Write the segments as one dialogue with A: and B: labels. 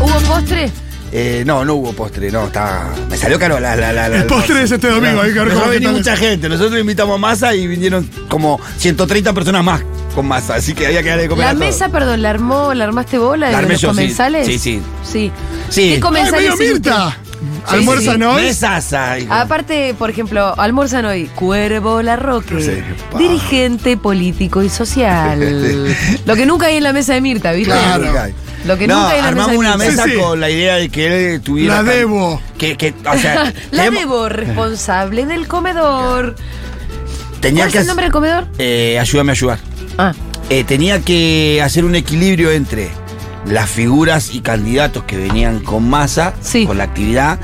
A: ¿Hubo postre?
B: Eh, no, no hubo postre, no, está. Me salió caro la. la, la, la-
C: El postre es este domingo,
B: No,
C: hay que ver
B: no
C: cómo
B: va a venir
C: está-
B: mucha gente. Nosotros invitamos masa y vinieron como 130 personas más con masa, así que había que darle de comer
A: La
B: a todos.
A: mesa, perdón, la armó, la armaste vos, la,
B: La
A: de
B: armé
A: los
B: yo, sí.
A: comensales.
B: Sí, sí.
A: Sí.
B: Sí.
A: ¿Qué
C: ¡Ay,
A: comensales?
C: medio Mirta!
A: Sí,
C: Almuerzan
A: sí.
C: hoy.
B: Mesasa. hijo.
A: Aparte, por ejemplo, almuerzan hoy Cuervo Larroque,
B: Sí, pa.
A: dirigente político y social. Lo que nunca hay en la mesa de Mirta, ¿viste?
C: Claro.
A: Lo que
B: no,
A: nunca hay en la
B: armamos
A: mesa de
B: una
A: pizza.
B: mesa
C: Sí, sí.
B: con la idea de que él tuviera.
C: La
B: tan-
C: debo.
B: Que, que, o sea,
A: La
B: tenemos-
A: debo responsable del comedor.
B: Tenía
A: ¿Cuál es
B: que.
A: el nombre del comedor?
B: Eh, ayúdame a ayudar.
A: Ah,
B: Eh, tenía que hacer un equilibrio entre las figuras y candidatos que venían con masa,
A: Sí.
B: con la actividad,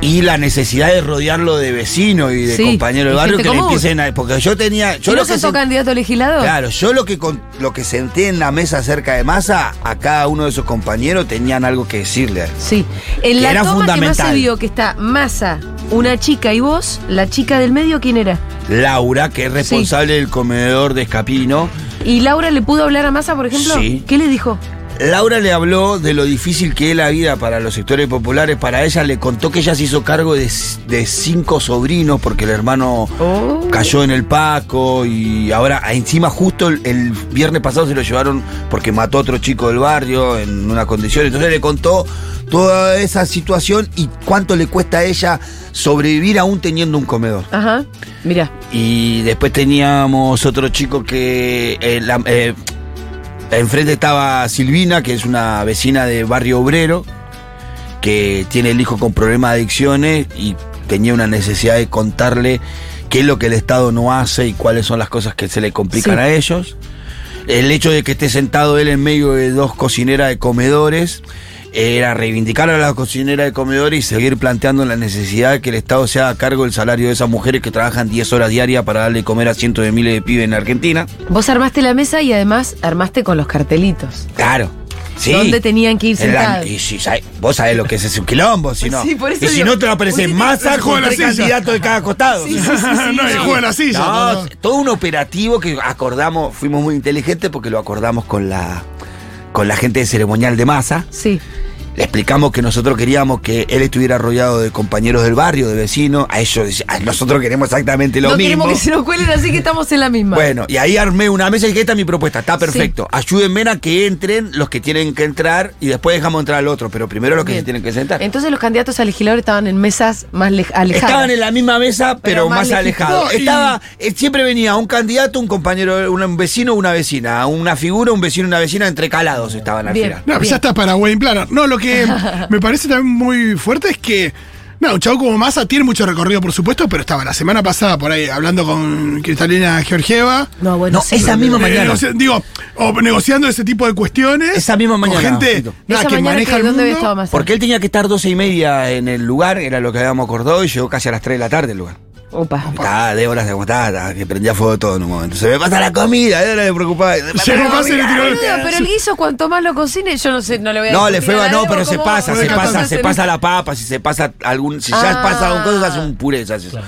B: y la necesidad de rodearlo de vecinos y de
A: Sí,
B: compañeros
A: y
B: de barrio
A: gente
B: que le
A: común.
B: empiecen a. Porque yo tenía. Yo
A: ¿Y no
B: que
A: sos
B: sen-
A: candidato a legislador?
B: Claro, yo lo que, con- lo que senté en la mesa cerca de masa, a cada uno de sus compañeros tenían algo que decirle.
A: Sí. En la
B: Era
A: toma que no se
B: fundamental.
A: vio que está Massa, una chica y vos, la chica del medio, ¿quién era?
B: Laura, que es responsable del comedor de Escapino,
A: ¿Y Laura le pudo hablar a Massa, por ejemplo?
B: Sí.
A: ¿Qué le dijo?
B: Laura le habló de lo difícil que es la vida para los sectores populares. Para ella le contó que ella se hizo cargo de, de cinco sobrinos porque el hermano
A: Oh.
B: cayó en el Paco y ahora encima justo el, el viernes pasado se lo llevaron porque mató a otro chico del barrio en una condición. Entonces le contó toda esa situación y cuánto le cuesta a ella sobrevivir aún teniendo un comedor.
A: Ajá. Mira.
B: Y después teníamos otro chico que. eh, la- eh, enfrente estaba Silvina, que es una vecina de Barrio Obrero, que tiene el hijo con problemas de adicciones y tenía una necesidad de contarle qué es lo que el Estado no hace y cuáles son las cosas que se le complican
A: Sí.
B: a ellos. El hecho de que esté sentado él en medio de dos cocineras de comedores eh, era reivindicar a las cocineras de comedores y seguir planteando la necesidad de que el Estado se haga cargo del salario de esas mujeres que trabajan 10 horas diarias para darle de comer a cientos de miles de pibes en Argentina.
A: Vos armaste la mesa y además armaste con los cartelitos.
B: Claro. Sí.
A: ¿Dónde tenían que ir
B: En la-
A: sentados?
B: y si sabe- vos sabés lo que es ese quilombo, si no.
A: Sí, por eso
B: y si
A: digo,
B: no te va a aparecer
A: pusiste-
B: masa
C: Juego
B: con
C: de la
B: tres
C: silla.
B: candidatos de cada costado.
C: no, el juego de la silla.
B: No,
C: no, no.
B: todo un operativo que acordamos, fuimos muy inteligentes porque lo acordamos con la con la gente de ceremonial de masa.
A: Sí.
B: Le explicamos que nosotros queríamos que él estuviera rodeado de compañeros del barrio, de vecinos. A ellos, decían, "Ay, nosotros queremos exactamente lo
A: no
B: mismo.
A: queremos que se nos cuelen, así que estamos en la misma.
B: Bueno, y ahí armé una mesa y dije, esta es mi propuesta, está perfecto. Ayúdenme a que entren los que tienen que entrar y después dejamos entrar al otro, pero primero los que
A: Bien.
B: se tienen que sentar.
A: Entonces los candidatos a legislador estaban en mesas más lej- alejadas.
B: Estaban en la misma mesa, pero,
A: Pero más
B: más,
A: lejitos.
B: alejados.
C: No, y-
B: Estaba, eh, siempre venía un candidato, un compañero, un, un vecino, una vecina, una figura, un vecino, una vecina, entrecalados estaban al
A: Bien.
B: final.
C: No, pero
A: Bien.
C: ya está para Wayne Planner. No, lo que me parece también muy fuerte es que. No, un chavo como Massa tiene mucho recorrido, por supuesto, pero estaba la semana pasada por ahí hablando con Cristalina Georgieva.
A: No, bueno,
B: No,
A: sí.
B: esa misma
C: Eh,
B: mañana.
C: negoci- digo, o negociando ese tipo de cuestiones.
B: Esa misma
C: con
B: mañana,
C: gente
B: Fito.
C: nada,
A: Esa
C: que
A: mañana
C: maneja
A: que-
C: el
A: ¿dónde había
C: mundo.
A: estado Massa?
B: Porque él tenía que estar doce y media en el lugar, era lo que habíamos acordado, y llegó casi a las 3 de la tarde el lugar.
A: Opa.
B: Estaba de horas de aguantada, que prendía fuego todo en un momento. Se me pasa la comida, de horas de preocupar. Se me pasa
C: Llegó
B: la
C: Massa y le
B: comida.
C: tiró el-
A: Boludo, pero el guiso, cuanto más lo cocine, yo no sé, no le voy a
B: No,
A: discutir
B: le fue
A: a la
B: no,
A: Débora
B: pero se
A: cómo-
B: pasa,
A: cómo
B: se pasa,
A: hace
B: se
A: el-
B: pasa la papa, si se pasa algún, si
A: Ah.
B: ya pasa algún cosa, hace un puré, se hace eso.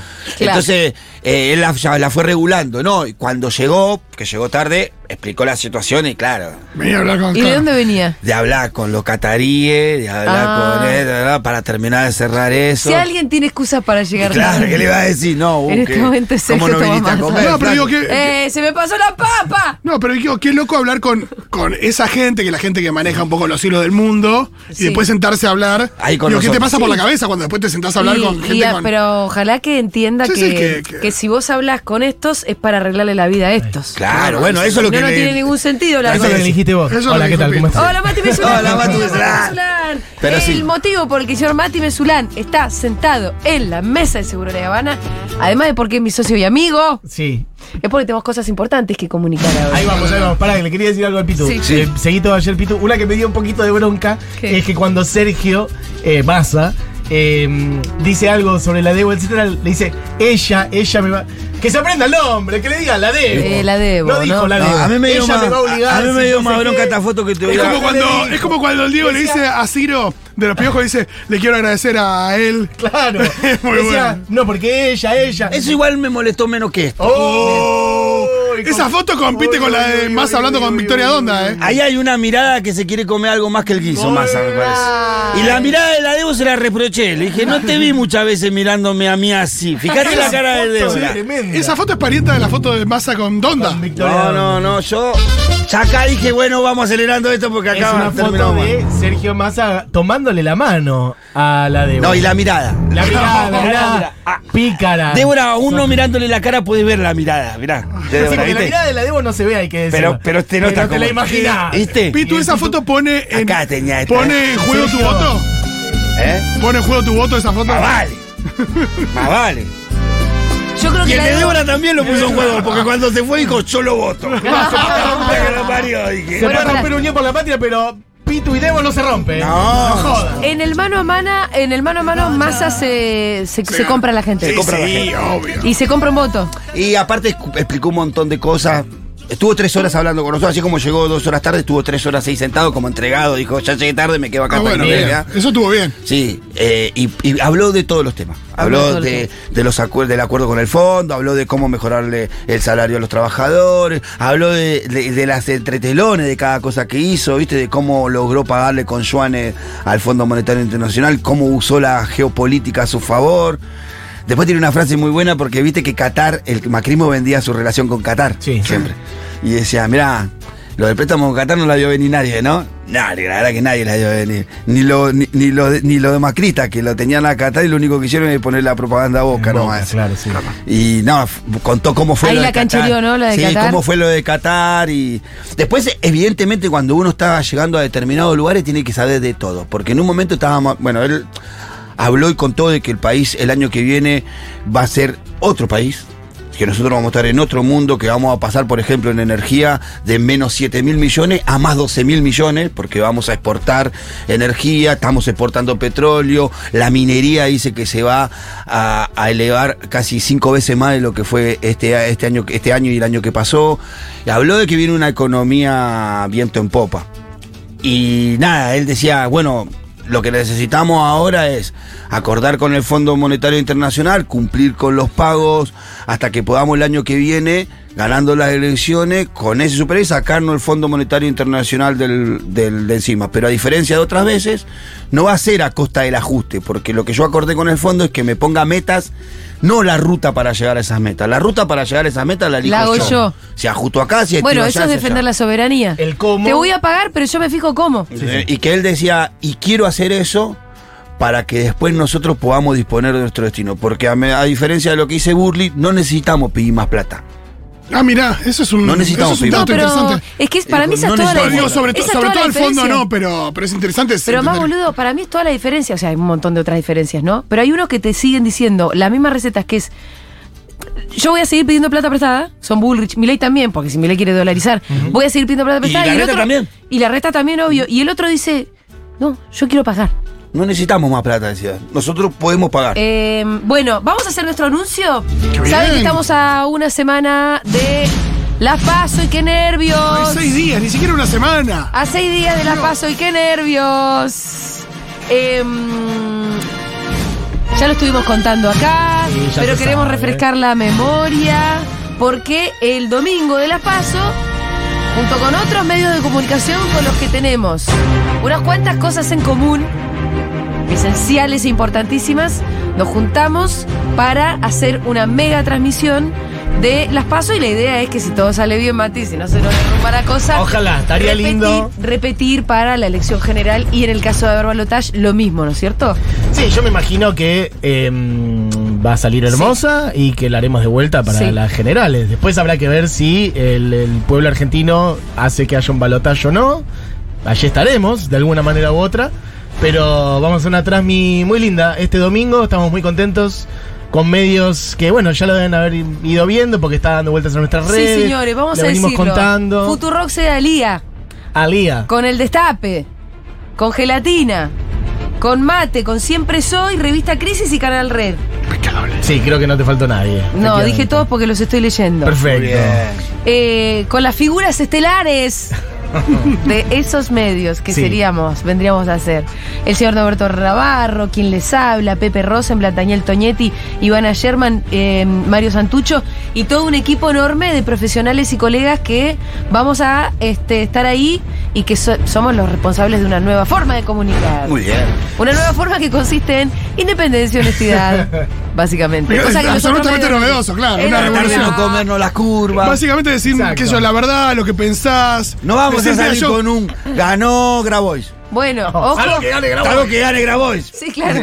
B: Entonces, eh, él la, ya la fue regulando, ¿no? Y cuando llegó, que llegó tarde, explicó la situación y claro,
C: Venía a hablar con.
A: ¿Y de dónde venía?
B: de hablar con los cataríes, de hablar
A: Ah.
B: con él, de hablar para terminar de cerrar eso.
A: Si alguien tiene excusas para
B: Y
A: llegar
B: claro,
A: tarde.
B: ¿qué le iba a decir? No, uh,
A: En este
B: que-
A: momento es
B: ¿cómo
A: el
B: no
A: que toma
B: viniste a
A: masa.
B: comer?
C: No, pero digo
B: Flaco?
C: que.
A: ¡Eh, se me pasó la papa!
C: No, pero digo, qué loco hablar con, con esa gente, que la gente que maneja un poco los hilos del mundo,
A: Sí.
C: y después sentarse a hablar.
B: Ahí con
C: digo, ¿qué te
B: nosotros.
C: pasa por
B: Sí.
C: la cabeza cuando después te sentás a hablar
A: Y-
C: con gente
A: y a-
C: con-
A: Pero ojalá que entienda
C: Sí,
A: que,
C: sí, que- que-
A: que si vos hablas con estos es para arreglarle la vida a estos.
B: Claro, bueno, eso es lo
A: no,
B: que
A: no
B: le-
A: tiene ningún sentido la
B: Eso es
D: Eso es lo
A: cosa.
D: que dijiste vos.
C: Eso es lo
D: Hola,
C: que
D: ¿qué
C: dijo
D: tal? ¿Cómo
C: Pinto.
D: estás?
A: Hola, Mati Mesulán.
B: Hola, Mati Mesulán.
A: Hola, Mesulán.
B: Pero
A: el
B: sí.
A: motivo por el que el señor Mati Mesulán está sentado en la mesa de Seguro de La Habana, además de porque es mi socio y amigo,
D: Sí.
A: es porque tenemos cosas importantes que comunicar ahora.
D: Ahí vamos, ahí vamos. Pará, que le quería decir algo al Pitu.
A: Sí.
B: Sí.
D: Eh, seguí todo ayer, Pitu. Una que me dio un poquito de bronca
A: ¿Qué?
D: es que cuando Sergio eh, Massa eh, dice algo sobre la Debo, etcétera, le dice ella, ella me va. Que se aprenda el nombre, que le diga la Debo.
A: Eh, la Debo,
D: No dijo
A: ¿no?
D: la
B: No,
D: Debo.
B: a mí me dio
D: ella
B: más,
D: me va a obligar.
B: a mí me
D: si
B: dio
D: no
B: más
D: sé
B: bronca
D: qué.
B: esta foto que te voy
C: Es
B: a
C: como, cuando, es como cuando el Diego le dice a Ciro de los piojos, dice, le quiero agradecer a él.
D: Claro.
C: Muy
D: Decía,
C: bueno.
D: No, porque ella, ella.
B: Eso igual me molestó menos que esto.
C: Oh,
D: Uy,
C: esa
D: con-
C: foto compite
D: Uy,
C: con la de
D: uy,
C: más
D: uy,
C: hablando
D: uy,
C: con
D: uy,
C: Victoria
D: uy,
C: Donda, ¿eh?
B: Ahí hay una mirada que se quiere comer algo más que el guiso, Massa, me parece. Y la mirada de la Debo se la reproché. Le dije, no te vi muchas veces mirándome a mí así. Fíjate la cara de
D: Foto
B: Débora.
D: tremenda.
C: Esa foto es parienta de la foto de Massa con Donda.
D: Con Victoria
B: No,
D: Donda.
B: no, no, yo. Ya acá dije, bueno, vamos acelerando esto porque
D: Es
B: acá
D: una
B: van terminado
D: foto
B: mal.
D: de Sergio Massa tomándole la mano a la Débora.
B: No, y la mirada.
D: La mirada,
B: No,
D: la mirada.
B: mirada. Ah,
D: Pícara.
B: Débora, a uno mirándole la cara puedes ver la mirada, mirá. De
D: Sí,
B: Débora,
D: porque la
B: ¿viste?
D: mirada de la Débora no se ve, hay que decir.
B: Pero, pero te nota
D: te la
B: como-
D: imaginás.
B: ¿Viste?
C: Pitu, esa foto pone en,
B: Acá tenía esta.
C: pone en juego tu
D: Sergio.
C: voto.
B: ¿Eh?
C: Pone en juego tu voto esa foto.
B: Más vale. Más vale.
A: Yo creo
B: Y
A: que
B: el
A: la
B: de
A: Debo-
B: Débora también lo puso en juego, porque cuando se fue dijo, yo lo voto. La puta que lo parió, dije.
D: Se
A: Bueno,
D: puede
A: pará.
D: romper unión por la patria, pero Pitu y Débora no se rompe. ¿eh?
B: No.
D: no jodas.
A: en el mano a mano, en el mano a mano, Massa se, se, se compra a la gente.
C: Sí,
B: compra la
C: sí,
B: gente.
C: obvio.
A: Y se compra un voto.
B: Y aparte escu- explicó un montón de cosas. Estuvo tres horas hablando con nosotros, así como llegó dos horas tarde, estuvo tres horas ahí sentado como entregado. Dijo, ya llegué tarde, me quedo acá
C: Ah,
B: hasta que
C: bueno,
B: me
C: bien.
B: vea".
C: Eso estuvo bien.
B: Sí, eh, y, y habló de todos los temas.
A: Habló de
B: Habló
A: todos los
B: de, de los acuer- del acuerdo con el fondo, habló de cómo mejorarle el salario a los trabajadores, habló de, de- de las entretelones de cada cosa que hizo, viste, de cómo logró pagarle con yuanes al Fondo Monetario Internacional, cómo usó la geopolítica a su favor. Después tiene una frase muy buena porque viste que Qatar, el macrismo vendía su relación con Qatar
D: Sí.
B: siempre. Y decía, mirá, lo del préstamo con Qatar no la vio venir nadie, ¿no? Nadie, la verdad que nadie la vio venir. Ni lo, ni, ni lo, de- ni lo de Macrista, que lo tenían a Qatar y lo único que hicieron es poner la propaganda a boca
D: En Boca,
B: nomás.
D: claro, sí.
B: Y no, f- contó cómo fue
A: Ahí
B: lo
A: la
B: de Qatar.
A: canchereó, ¿no? Lo de
B: sí,
A: Qatar.
B: cómo fue lo de Qatar y... Después, evidentemente, cuando uno está llegando a determinados lugares tiene que saber de todo. Porque en un momento estábamos... Bueno, él habló y contó de que el país el año que viene va a ser otro país. Que nosotros vamos a estar en otro mundo, que vamos a pasar, por ejemplo, en energía de menos 7 mil millones a más 12 mil millones, porque vamos a exportar energía, estamos exportando petróleo, la minería dice que se va a, a elevar casi cinco veces más de lo que fue este, este, año, este año y el año que pasó. Y habló de que viene una economía viento en popa. Y nada, él decía, bueno, lo que necesitamos ahora es acordar con el Fondo Monetario Internacional, cumplir con los pagos hasta que podamos el año que viene ganando las elecciones con ese superávit sacarnos el Fondo Monetario Internacional del, del- de encima. Pero a diferencia de otras veces, no va a ser a costa del ajuste, porque lo que yo acordé con el fondo es que me ponga metas, no la ruta para llegar a esas metas. La ruta para llegar a esas metas la elijo
A: La hago yo.
B: Si ajusto acá, si
A: Bueno,
B: estiro
A: eso
B: allá,
A: es
B: si
A: defender
B: allá.
A: la soberanía.
D: El cómo.
A: Te voy a pagar, pero yo me fijo cómo.
B: Eh, Y que él decía, y quiero hacer eso para que después nosotros podamos disponer de nuestro destino. Porque a, me- a diferencia de lo que dice Burley, no necesitamos pedir más plata.
C: Ah, mirá, eso es un,
B: No necesitamos
C: eso es un
B: pedir.
A: No,
C: dato
A: pero
C: interesante.
A: es que es- para mí esa es
B: No
A: toda la
B: necesito-
C: No, digo, sobre, to-
A: esa es
C: sobre
A: toda
C: todo
A: la
C: el fondo
A: diferencia.
C: no, pero, pero es interesante.
A: Pero más
C: entender.
A: boludo, para mí es toda la diferencia. O sea, hay un montón de otras diferencias, ¿no? Pero hay unos que te siguen diciendo las mismas recetas que es. Yo voy a seguir pidiendo plata prestada, son Bullrich, Milei también, porque si Milei quiere dolarizar, voy a seguir pidiendo plata
B: Y
A: prestada.
B: la
A: el
B: reta
A: otro-
B: también.
A: Y la reta también, obvio. Y el otro dice, no, yo quiero pagar.
B: No necesitamos más plata, decía. Nosotros podemos pagar.
A: Eh, bueno, vamos a hacer nuestro anuncio.
C: Qué
A: Saben que
C: bien.
A: estamos a una semana de Las Paso y qué
C: Hay
A: nervios.
C: seis días, ni siquiera una semana.
A: A seis días de la paso y qué nervios. Em, ya lo estuvimos contando acá,
D: Sí, ya
A: pero
D: se
A: queremos
D: sabe.
A: refrescar la memoria porque el domingo de la paso, junto con otros medios de comunicación con los que tenemos unas cuantas cosas en común, esenciales e importantísimas, nos juntamos para hacer una mega transmisión de las pasos y la idea es que si todo sale bien, Mati, si no se nos derrumba la cosa,
D: Ojalá, estaría
A: repetir-
D: lindo.
A: Repetir para la elección general y en el caso de haber balotage lo mismo, ¿no es cierto?
D: Sí, yo me imagino que eh, va a salir hermosa y que la haremos de vuelta para
A: Sí.
D: las generales. Después habrá que ver si el, el pueblo argentino hace que haya un balotaje o no. Allí estaremos, de alguna manera u otra. Pero vamos a hacer una transmi muy linda este domingo. Estamos muy contentos con medios que, bueno, ya lo deben haber ido viendo porque está dando vueltas en nuestras
A: Sí,
D: redes.
A: señores, vamos
D: Lo
A: a
D: venimos
A: decirlo.
D: contando.
A: Futurock se da lía,
D: Alía.
A: con el destape, con gelatina, con mate, con Siempre Soy, Revista Crisis y Canal Red.
C: Impecable.
D: Sí, creo que no te faltó nadie.
A: No,
D: Efectivamente.
A: dije todos porque los estoy leyendo.
D: Perfecto.
A: Eh, con las figuras estelares de esos medios que
D: Sí.
A: seríamos, vendríamos a ser. El señor Roberto Rabarro, quien les habla, Pepe Rosenblatt, Daniel Toñetti, Ivana Sherman, eh, Mario Santucho y todo un equipo enorme de profesionales y colegas que vamos a este, estar ahí y que so- somos los responsables de una nueva forma de comunicar.
B: Muy bien.
A: Una nueva forma que consiste en independencia y honestidad, básicamente.
C: Mira,
A: Cosa que los otros
C: absolutamente
A: medios-
C: novedoso, claro,
A: Es
C: una
A: novedoso.
C: Claro.
B: Tratar de no comernos las curvas.
C: Básicamente decir
D: Exacto.
C: que eso es la verdad, lo que pensás.
B: no vamos a
C: Decirte
B: salir
C: yo-
B: con un ganó Grabois.
A: Bueno, ojo.
B: Algo que gane Grabois.
A: Sí, claro.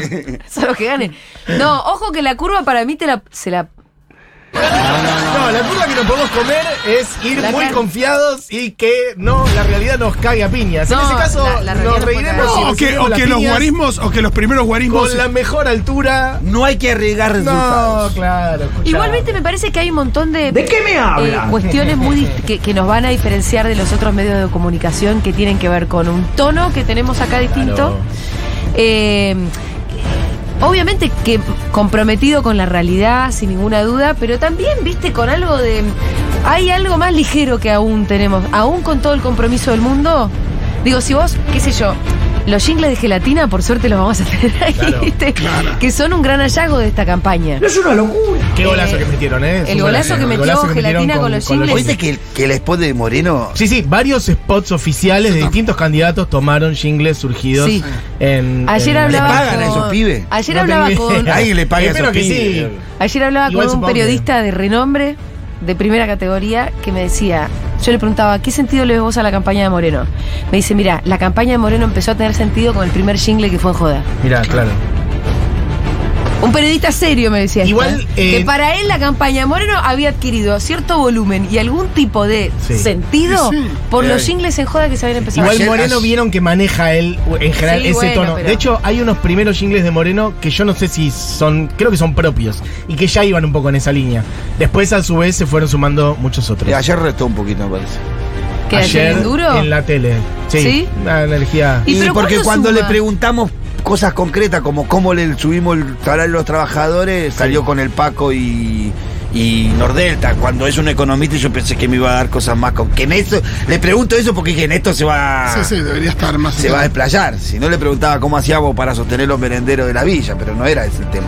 A: Solo que gane. No, ojo que la curva para mí te la, se la.
D: No, la curva que nos podemos comer es ir
A: La
D: muy
A: real-
D: confiados y que no, la realidad nos cague a piñas.
A: No,
D: en ese caso,
A: la- la realidad
D: nos
A: nos puede
D: reiremos
A: cagar.
D: y
C: No, o que,
D: recibiremos
C: o
D: las
C: que los
D: piñas
C: guarismos, o que los primeros guarismos.
D: con la mejor altura.
B: No hay que arriesgar
D: No,
B: resultados.
D: claro. escuchá.
A: Igualmente me parece que hay un montón de. ¿De qué me cuestiones muy dist- que, que nos van a diferenciar de los otros medios de comunicación que tienen que ver con un tono que tenemos acá distinto. Eh, obviamente que comprometido con la realidad, sin ninguna duda, pero también, viste, con algo de. Hay algo más ligero que aún tenemos, aún con todo el compromiso del mundo. Digo, si vos, qué sé yo, los jingles de gelatina, por suerte los vamos a tener ahí,
D: Claro,
A: ¿viste? que son un gran hallazgo de esta campaña.
D: Qué golazo
A: Eh,
D: que metieron, ¿eh? Es
A: el
D: un
A: golazo que
D: el
A: metió
D: golazo que
A: Gelatina
D: metieron
A: con los jingles.
B: ¿Viste que, el- que el spot de Moreno
D: Sí, sí, varios spots oficiales de distintos candidatos tomaron jingles surgidos
A: Sí.
D: en.
A: Ayer
D: en-
A: hablaba.
B: pagan
A: con-
B: a esos pibes?
A: Ayer
D: No
A: hablaba
D: tengo
A: con.
D: idea.
B: Alguien le paga a
D: Espero
B: esos
D: que sí.
B: pibes.
A: Ayer hablaba con
D: Igual
A: un
D: supongo que-
A: periodista de renombre, de primera categoría, que me decía, yo le preguntaba, ¿qué sentido le ves vos a la campaña de Moreno? Me dice, mira, la campaña de Moreno empezó a tener sentido con el primer jingle que fue en joda.
D: Mirá, claro.
A: Un periodista serio me decía. esto,
D: Igual,
A: ¿eh?
D: eh,
A: que para él la campaña de Moreno había adquirido cierto volumen y algún tipo de
D: Sí.
A: sentido
C: Y sí.
A: por
B: Eh,
A: los jingles en joda que se habían empezado.
D: Igual
B: Ayer-
D: Moreno
B: ayer-
D: vieron que maneja él en general
A: Sí,
D: ese
A: bueno,
D: tono.
A: pero-
D: De hecho, hay unos primeros jingles de Moreno que yo no sé si son, creo que son propios y que ya iban un poco en esa línea. Después, a su vez, se fueron sumando muchos otros.
B: Eh, ayer restó un poquito, me parece.
A: que ayer, en duro.
D: en la tele. Sí.
A: ¿Sí?
D: Una energía.
A: ¿Y
B: Y,
A: pero
B: porque
A: cuándo
B: cuando
A: suma?
B: le preguntamos cosas concretas como cómo le subimos el salario a los trabajadores, salió con el Paco y, y Nordelta. Cuando es un economista yo pensé que me iba a dar cosas más con que en esto. Le pregunto eso porque dije, en esto se va
C: Sí, sí, debería estar más.
B: Ah. se va a desplayar. Si no le preguntaba cómo hacíamos para sostener los merenderos de la villa, pero no era ese el tema.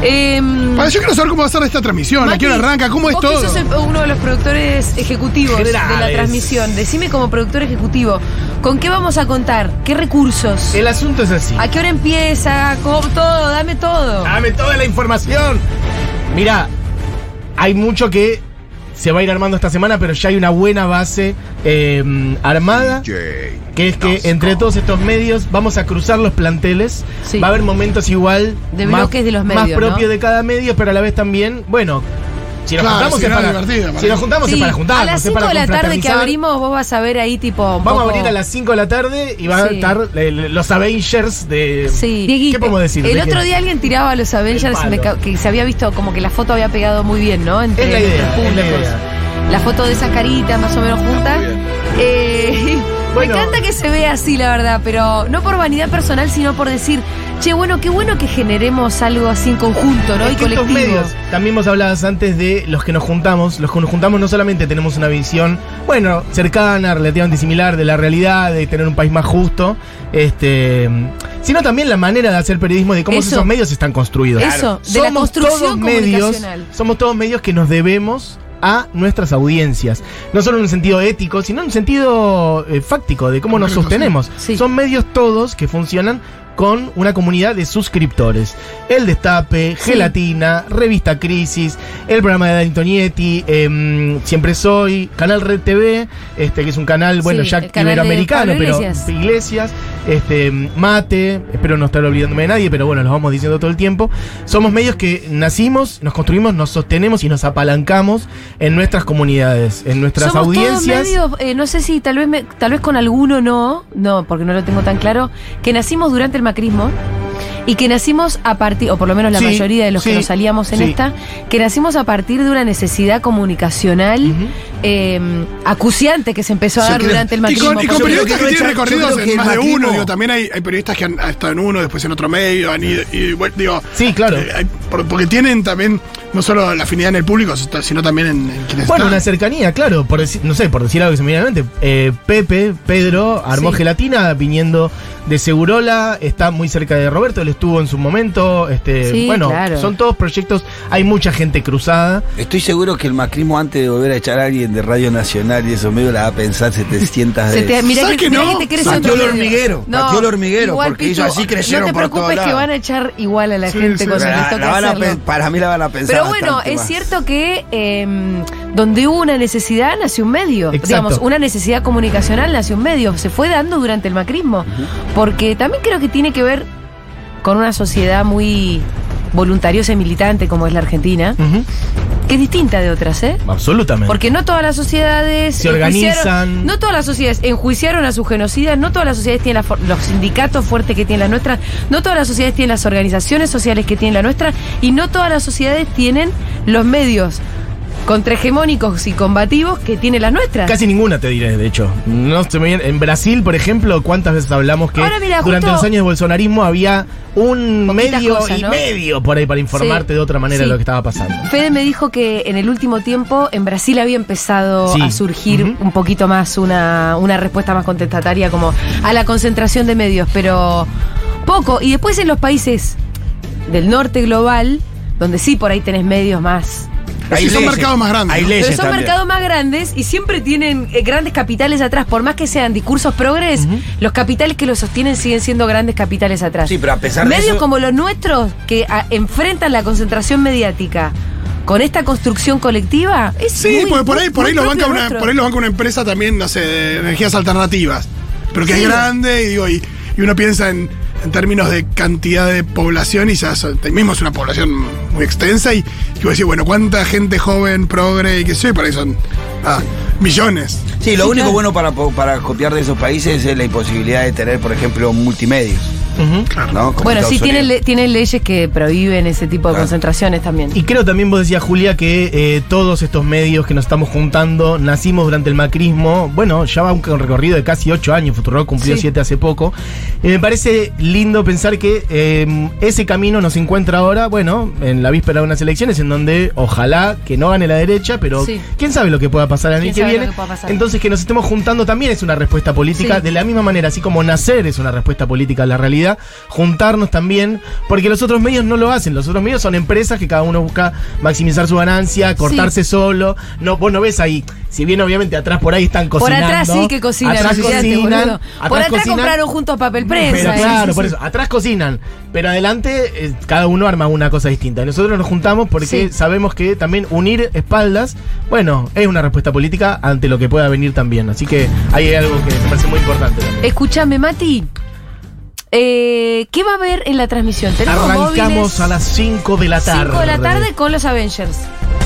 A: Em,
C: Para, yo quiero saber cómo va a ser esta transmisión, a
A: Mati,
C: qué hora arranca, cómo es
A: vos que
C: todo.
A: sos el- uno de los productores ejecutivos de la
D: Generales.
A: transmisión. Decime como productor ejecutivo, ¿con qué vamos a contar? ¿Qué recursos?
D: El asunto es así.
A: ¿A qué hora empieza? ¿Cómo? Todo, dame todo.
D: Dame toda la información. Mira, hay mucho que se va a ir armando esta semana, pero ya hay una buena base eh, armada. Que es que entre todos estos medios vamos a cruzar los planteles.
A: Sí.
D: Va a haber momentos igual.
A: De bloques de los
D: Más
A: medios, ¿no?
D: propios de cada medio, pero a la vez también, bueno. Si nos
C: Claro,
D: juntamos
C: será
D: es para.
C: divertido,
D: si
C: parece.
D: nos juntamos es
A: Sí,
D: para juntarnos.
A: a las
D: es
A: 5
D: para
A: de la tarde que
D: confraternizar.
A: abrimos vos vas a ver ahí tipo... un
D: Vamos
A: poco-
D: a venir a las 5 de la tarde y van
A: Sí.
D: a estar eh, los Avengers de.
A: Sí.
D: ¿Qué podemos decir?
A: El
D: ¿De
A: otro
D: qué?
A: día alguien tiraba a los Avengers
D: palo.
A: me ca- que se había visto como que la foto había pegado muy bien, ¿no? Entre
D: Es la idea,
A: los
D: es la
A: públicos.
D: idea.
A: La foto de esas caritas más o menos juntas. Eh,
D: Bueno.
A: Me encanta que se vea así, la verdad, pero no por vanidad personal, sino por decir, che, bueno, qué bueno que generemos algo así en conjunto, ¿no?
D: Es
A: y
D: que estos
A: colectivo.
D: medios, también vos hablabas antes de los que nos juntamos. Los que nos juntamos no solamente tenemos una visión, bueno, cercana, relativamente similar de la realidad, de tener un país más justo, este, sino también la manera de hacer periodismo, de cómo
A: Eso.
D: esos medios están construidos.
A: Eso, de la construcción
D: medios,
A: comunicacional.
D: somos todos medios que nos debemos a nuestras audiencias. No solo en un sentido ético, sino en un sentido eh, fáctico, de cómo nos
C: Concreto, sí.
D: sostenemos.
A: Sí.
D: Son medios todos que funcionan con una comunidad de suscriptores. El Destape,
A: Sí.
D: Gelatina, Revista Crisis, el programa de Dani Tonietti, em, Siempre Soy, Canal Red TV, este, que es un canal, bueno,
A: Sí,
D: ya
A: el canal de
D: iberoamericano,
A: Pablo
D: pero
A: Iglesias.
D: Iglesias, este, Mate, espero no estar olvidándome de nadie, pero bueno, los vamos diciendo todo el tiempo. Somos medios que nacimos, nos construimos, nos sostenemos y nos apalancamos en nuestras comunidades, en nuestras
A: Somos
D: audiencias.
A: todos medios, eh, no sé si tal vez me- tal vez con alguno no, no, porque no lo tengo tan claro, que nacimos durante el macrismo y que nacimos a partir, o por lo menos la
D: Sí,
A: mayoría de los
D: sí,
A: que nos salíamos en
D: sí.
A: esta, que nacimos a partir de una necesidad comunicacional
D: Ujú.
A: eh, acuciante que se empezó a
B: Yo
A: dar
B: creo-
A: durante el
C: Y
A: macrismo.
C: con, y con
B: Yo creo
C: periodistas
B: que
C: que tienen
B: aprovechar- yo
C: recorridos
B: creo que
C: en más de
B: el
C: uno,
B: macrismo-
C: digo, también hay, hay periodistas que han, han estado en uno, después en otro medio, han ido, y bueno, digo,
D: Sí, claro.
C: eh, hay- por- porque tienen también no solo la afinidad en el público, sino también en, en quienes
D: Bueno, una
C: están.
D: cercanía, claro, por decir- no sé, por decir algo que se me viene a la mente. eh, Pepe, Pedro, armó
A: Sí.
D: gelatina viniendo de Segurola, está muy cerca de Roberto, él estuvo en su momento. Este,
A: Sí,
D: bueno,
A: claro.
D: son todos proyectos, hay mucha gente cruzada.
B: Estoy seguro que el macrismo antes de volver a echar a alguien de Radio Nacional y eso medio la va a pensar 700
A: Se
B: veces.
A: te, mirá
C: ¿Sabes
A: que,
C: que
A: mirá
C: no?
A: que te crece otro
B: Pateó el
A: medio.
B: hormiguero, pateó el hormiguero, porque hizo así,
A: No
B: crecieron
A: te
B: por todos
A: preocupes que
B: lados.
A: van a echar igual a la
C: Sí,
A: gente
C: sí.
A: cuando
B: La-
A: les toque
B: la van a
A: hacerlo.
B: pen- para mí la van a pensar.
A: Pero bueno,
B: bastante
A: es
B: más.
A: cierto que eh, donde hubo una necesidad nació un medio.
D: Exacto.
A: Digamos, una necesidad comunicacional nació un medio. Se fue dando durante el macrismo. Porque también creo que tiene que ver con una sociedad muy voluntariosa y militante como es la Argentina,
D: Ujú,
A: que es distinta de otras, ¿eh?
D: Absolutamente.
A: Porque no todas las sociedades
D: Se
A: enjuiciaron-
D: organizan.
A: No todas las sociedades enjuiciaron a sus genocidas, no todas las sociedades tienen las for- los sindicatos fuertes que tienen las nuestras, no todas las sociedades tienen las organizaciones sociales que tienen la nuestra y no todas las sociedades tienen los medios contrahegemónicos y combativos que tienen las nuestras.
D: Casi ninguna te diré, de hecho. No se me viene- En Brasil, por ejemplo, ¿cuántas veces hablamos que
A: Ahora, mira,
D: durante
A: justo-
D: los años de bolsonarismo había un
A: Poquitas
D: medio
A: cosas,
D: y
A: ¿no?
D: medio por ahí para
A: Sí,
D: informarte de otra manera
A: sí.
D: de lo que estaba pasando?
A: Fede me dijo que en el último tiempo en Brasil había empezado
D: Sí.
A: a surgir
D: Ujú.
A: un poquito más una, una respuesta más contestataria como a la concentración de medios, pero poco. Y después en los países del norte global, donde sí por ahí tenés medios más.
C: Pero si son
B: leyes.
C: mercados más grandes,
B: Hay
C: ¿no?
B: leyes
A: Pero son
B: también.
A: mercados más grandes y siempre tienen eh, grandes capitales atrás. Por más que sean discursos progres, los capitales que los sostienen siguen siendo grandes capitales atrás.
B: Sí, pero a pesar de
A: Medios
B: eso-
A: como los nuestros que a- enfrentan la concentración mediática con esta construcción colectiva es
C: Sí,
A: muy-
C: porque por ahí,
A: muy-
C: por, ahí
A: muy propio
C: lo banca una,
A: nuestro.
C: por ahí lo banca una empresa también, no sé, de energías alternativas. Pero que
A: Sí.
C: es grande y, digo, y, y uno piensa en, en términos de cantidad de población y ya so- mismo es una población muy extensa y, y vos decís, bueno, ¿cuánta gente joven, progre y qué sé yo? Y por ahí son ah, millones.
B: Sí, lo único bueno para, po- para copiar de esos países es la imposibilidad de tener, por ejemplo, multimedios.
D: Ujú.
B: ¿no? Como
A: Bueno,
B: Estados
A: sí, tienen,
B: Unidos.
A: le- tienen leyes que prohíben ese tipo de
C: Ah.
B: Claro.
A: concentraciones también.
D: Y creo también vos decías, Julia, que eh, todos estos medios que nos estamos juntando nacimos durante el macrismo. Bueno, ya va un recorrido de casi ocho años, Futuro cumplió
A: Sí.
D: siete hace poco. Y me parece lindo pensar que eh, ese camino nos encuentra ahora, bueno, en la víspera de unas elecciones, en donde ojalá que no gane la derecha, pero
A: Sí.
D: quién sabe lo que pueda pasar el año
A: ¿Quién
D: que
A: sabe lo
D: viene.
A: que pueda pasar?
D: Entonces, que nos estemos juntando también es una respuesta política.
A: Sí.
D: De la misma manera, así como nacer es una respuesta política a la realidad, juntarnos también, porque los otros medios no lo hacen. Los otros medios son empresas que cada uno busca maximizar su ganancia, cortarse solo. No, vos no ves ahí. Si bien, obviamente, atrás por ahí están
A: por
D: cocinando.
A: atrás sí que cocinan.
D: Atrás
A: olvídate,
D: cocinan.
A: boludo. por atrás
D: cocinan,
A: compraron juntos papel
D: Pero
A: prensa. ¿eh?
D: claro,
A: Sí, sí,
D: por
A: sí.
D: eso, atrás cocinan, pero adelante eh, cada uno arma una cosa distinta. Y Nosotros nos juntamos porque
A: Sí.
D: sabemos que también unir espaldas, bueno, es una respuesta política ante lo que pueda venir también. Así que ahí hay algo que me parece muy importante. también.
A: Escúchame, Mati. Eh, ¿Qué va a haber en la transmisión? Tenemos móviles,
D: Arrancamos a las 5 de la tarde.
A: 5 de la tarde con los Avengers.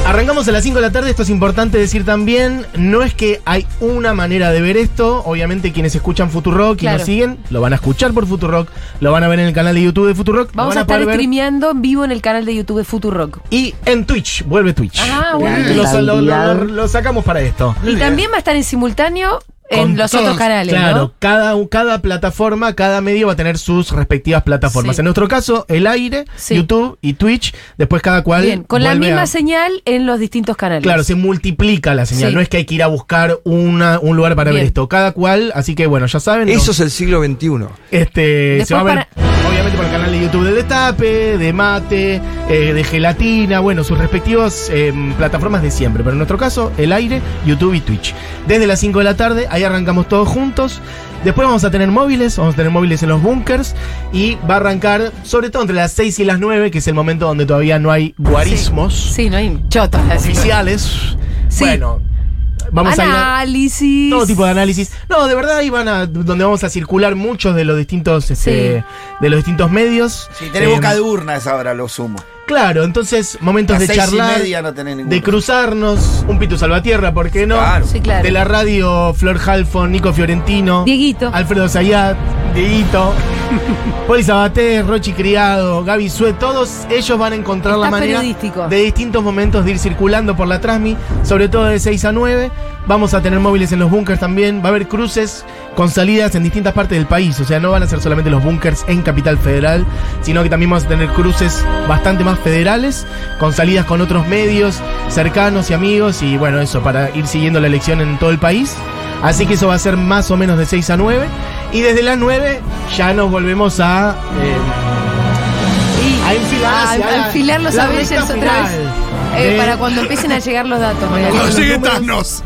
D: Arrancamos a las 5 de la tarde, esto es importante decir también, no es que hay una manera de ver esto, obviamente quienes escuchan Futurock y
A: Claro.
D: nos siguen, lo van a escuchar por Futurock, lo van a ver en el canal de YouTube de Futurock, lo
A: Vamos
D: van
A: a estar
D: poder ver
A: streameando en vivo en el canal de YouTube de Futurock.
D: y en Twitch, vuelve Twitch.
A: Ah,
D: Lo,
A: bueno.
D: lo- lo- lo- lo sacamos para esto.
A: Y también va a estar en simultáneo en
D: Con
A: los
C: todos,
A: otros canales,
D: Claro,
A: ¿no?
D: cada, cada plataforma, cada medio va a tener sus respectivas plataformas.
A: Sí.
D: En nuestro caso, el aire,
A: Sí.
D: YouTube y Twitch. Después cada cual.
A: Bien, con la
D: vuelve
A: misma
D: a-
A: señal en los distintos canales.
D: Claro, se multiplica la señal.
A: Sí.
D: No es que hay que ir a buscar una, un lugar para
A: Bien.
D: ver esto. Cada cual, así que bueno, ya saben. ¿no?
E: Eso es el siglo XXI.
D: Este, se va a
A: Después
D: ver, obviamente, por el canal de YouTube del Destape, de Mate, eh, de Gelatina, bueno, sus respectivas eh, plataformas de siempre. Pero en nuestro caso, el aire, YouTube y Twitch. Desde las 5 de la tarde, ahí arrancamos todos juntos. Después vamos a tener móviles, vamos a tener móviles en los bunkers y va a arrancar sobre todo entre las 6 y las 9, que es el momento donde todavía no hay guarismos
A: Sí, no hay chotos. así.
D: oficiales.
A: Sí.
D: Bueno, vamos a ir a-
A: Análisis.
D: todo tipo de análisis. No, de verdad ahí van a donde vamos a circular muchos de los distintos este,
A: Sí.
D: de los distintos medios.
B: Si tenés
D: Eh,
B: boca de urna es ahora, lo sumo.
D: Claro, entonces momentos
B: Las
D: de
B: seis y
D: charlar,
B: media no tenés ningún
D: de cruzarnos, un pitu salvatierra, ¿por qué no?
B: Claro.
A: Sí, claro.
D: De la radio Flor Halfon, Nico Fiorentino,
A: Dieguito.
D: Alfredo Zayat, Dieguito, Poli Sabaté, Rochi Criado, Gaby Sue, todos ellos van a encontrar la
A: Está
D: manera
A: periodístico.
D: de distintos momentos de ir circulando por la Trasmi, sobre todo de 6 a 9. Vamos a tener móviles en los bunkers también, va a haber cruces con salidas en distintas partes del país, o sea, no van a ser solamente los bunkers en Capital Federal, sino que también vamos a tener cruces bastante más federales, con salidas con otros medios cercanos y amigos, y bueno, eso, para ir siguiendo la elección en todo el país. Así que eso va a ser más o menos de 6 a 9. Y desde las 9 ya nos volvemos a, eh,
A: Y-
D: a enfilar.
A: a-
D: hacia
A: a
D: la-
A: enfilar los
D: la
A: Avengers
D: recta
A: otra
D: final
A: vez. Eh,
D: de-
A: Para cuando empiecen a llegar los datos. Mariano.
C: Cuando
D: los
C: llegue
D: números-
C: Thanos.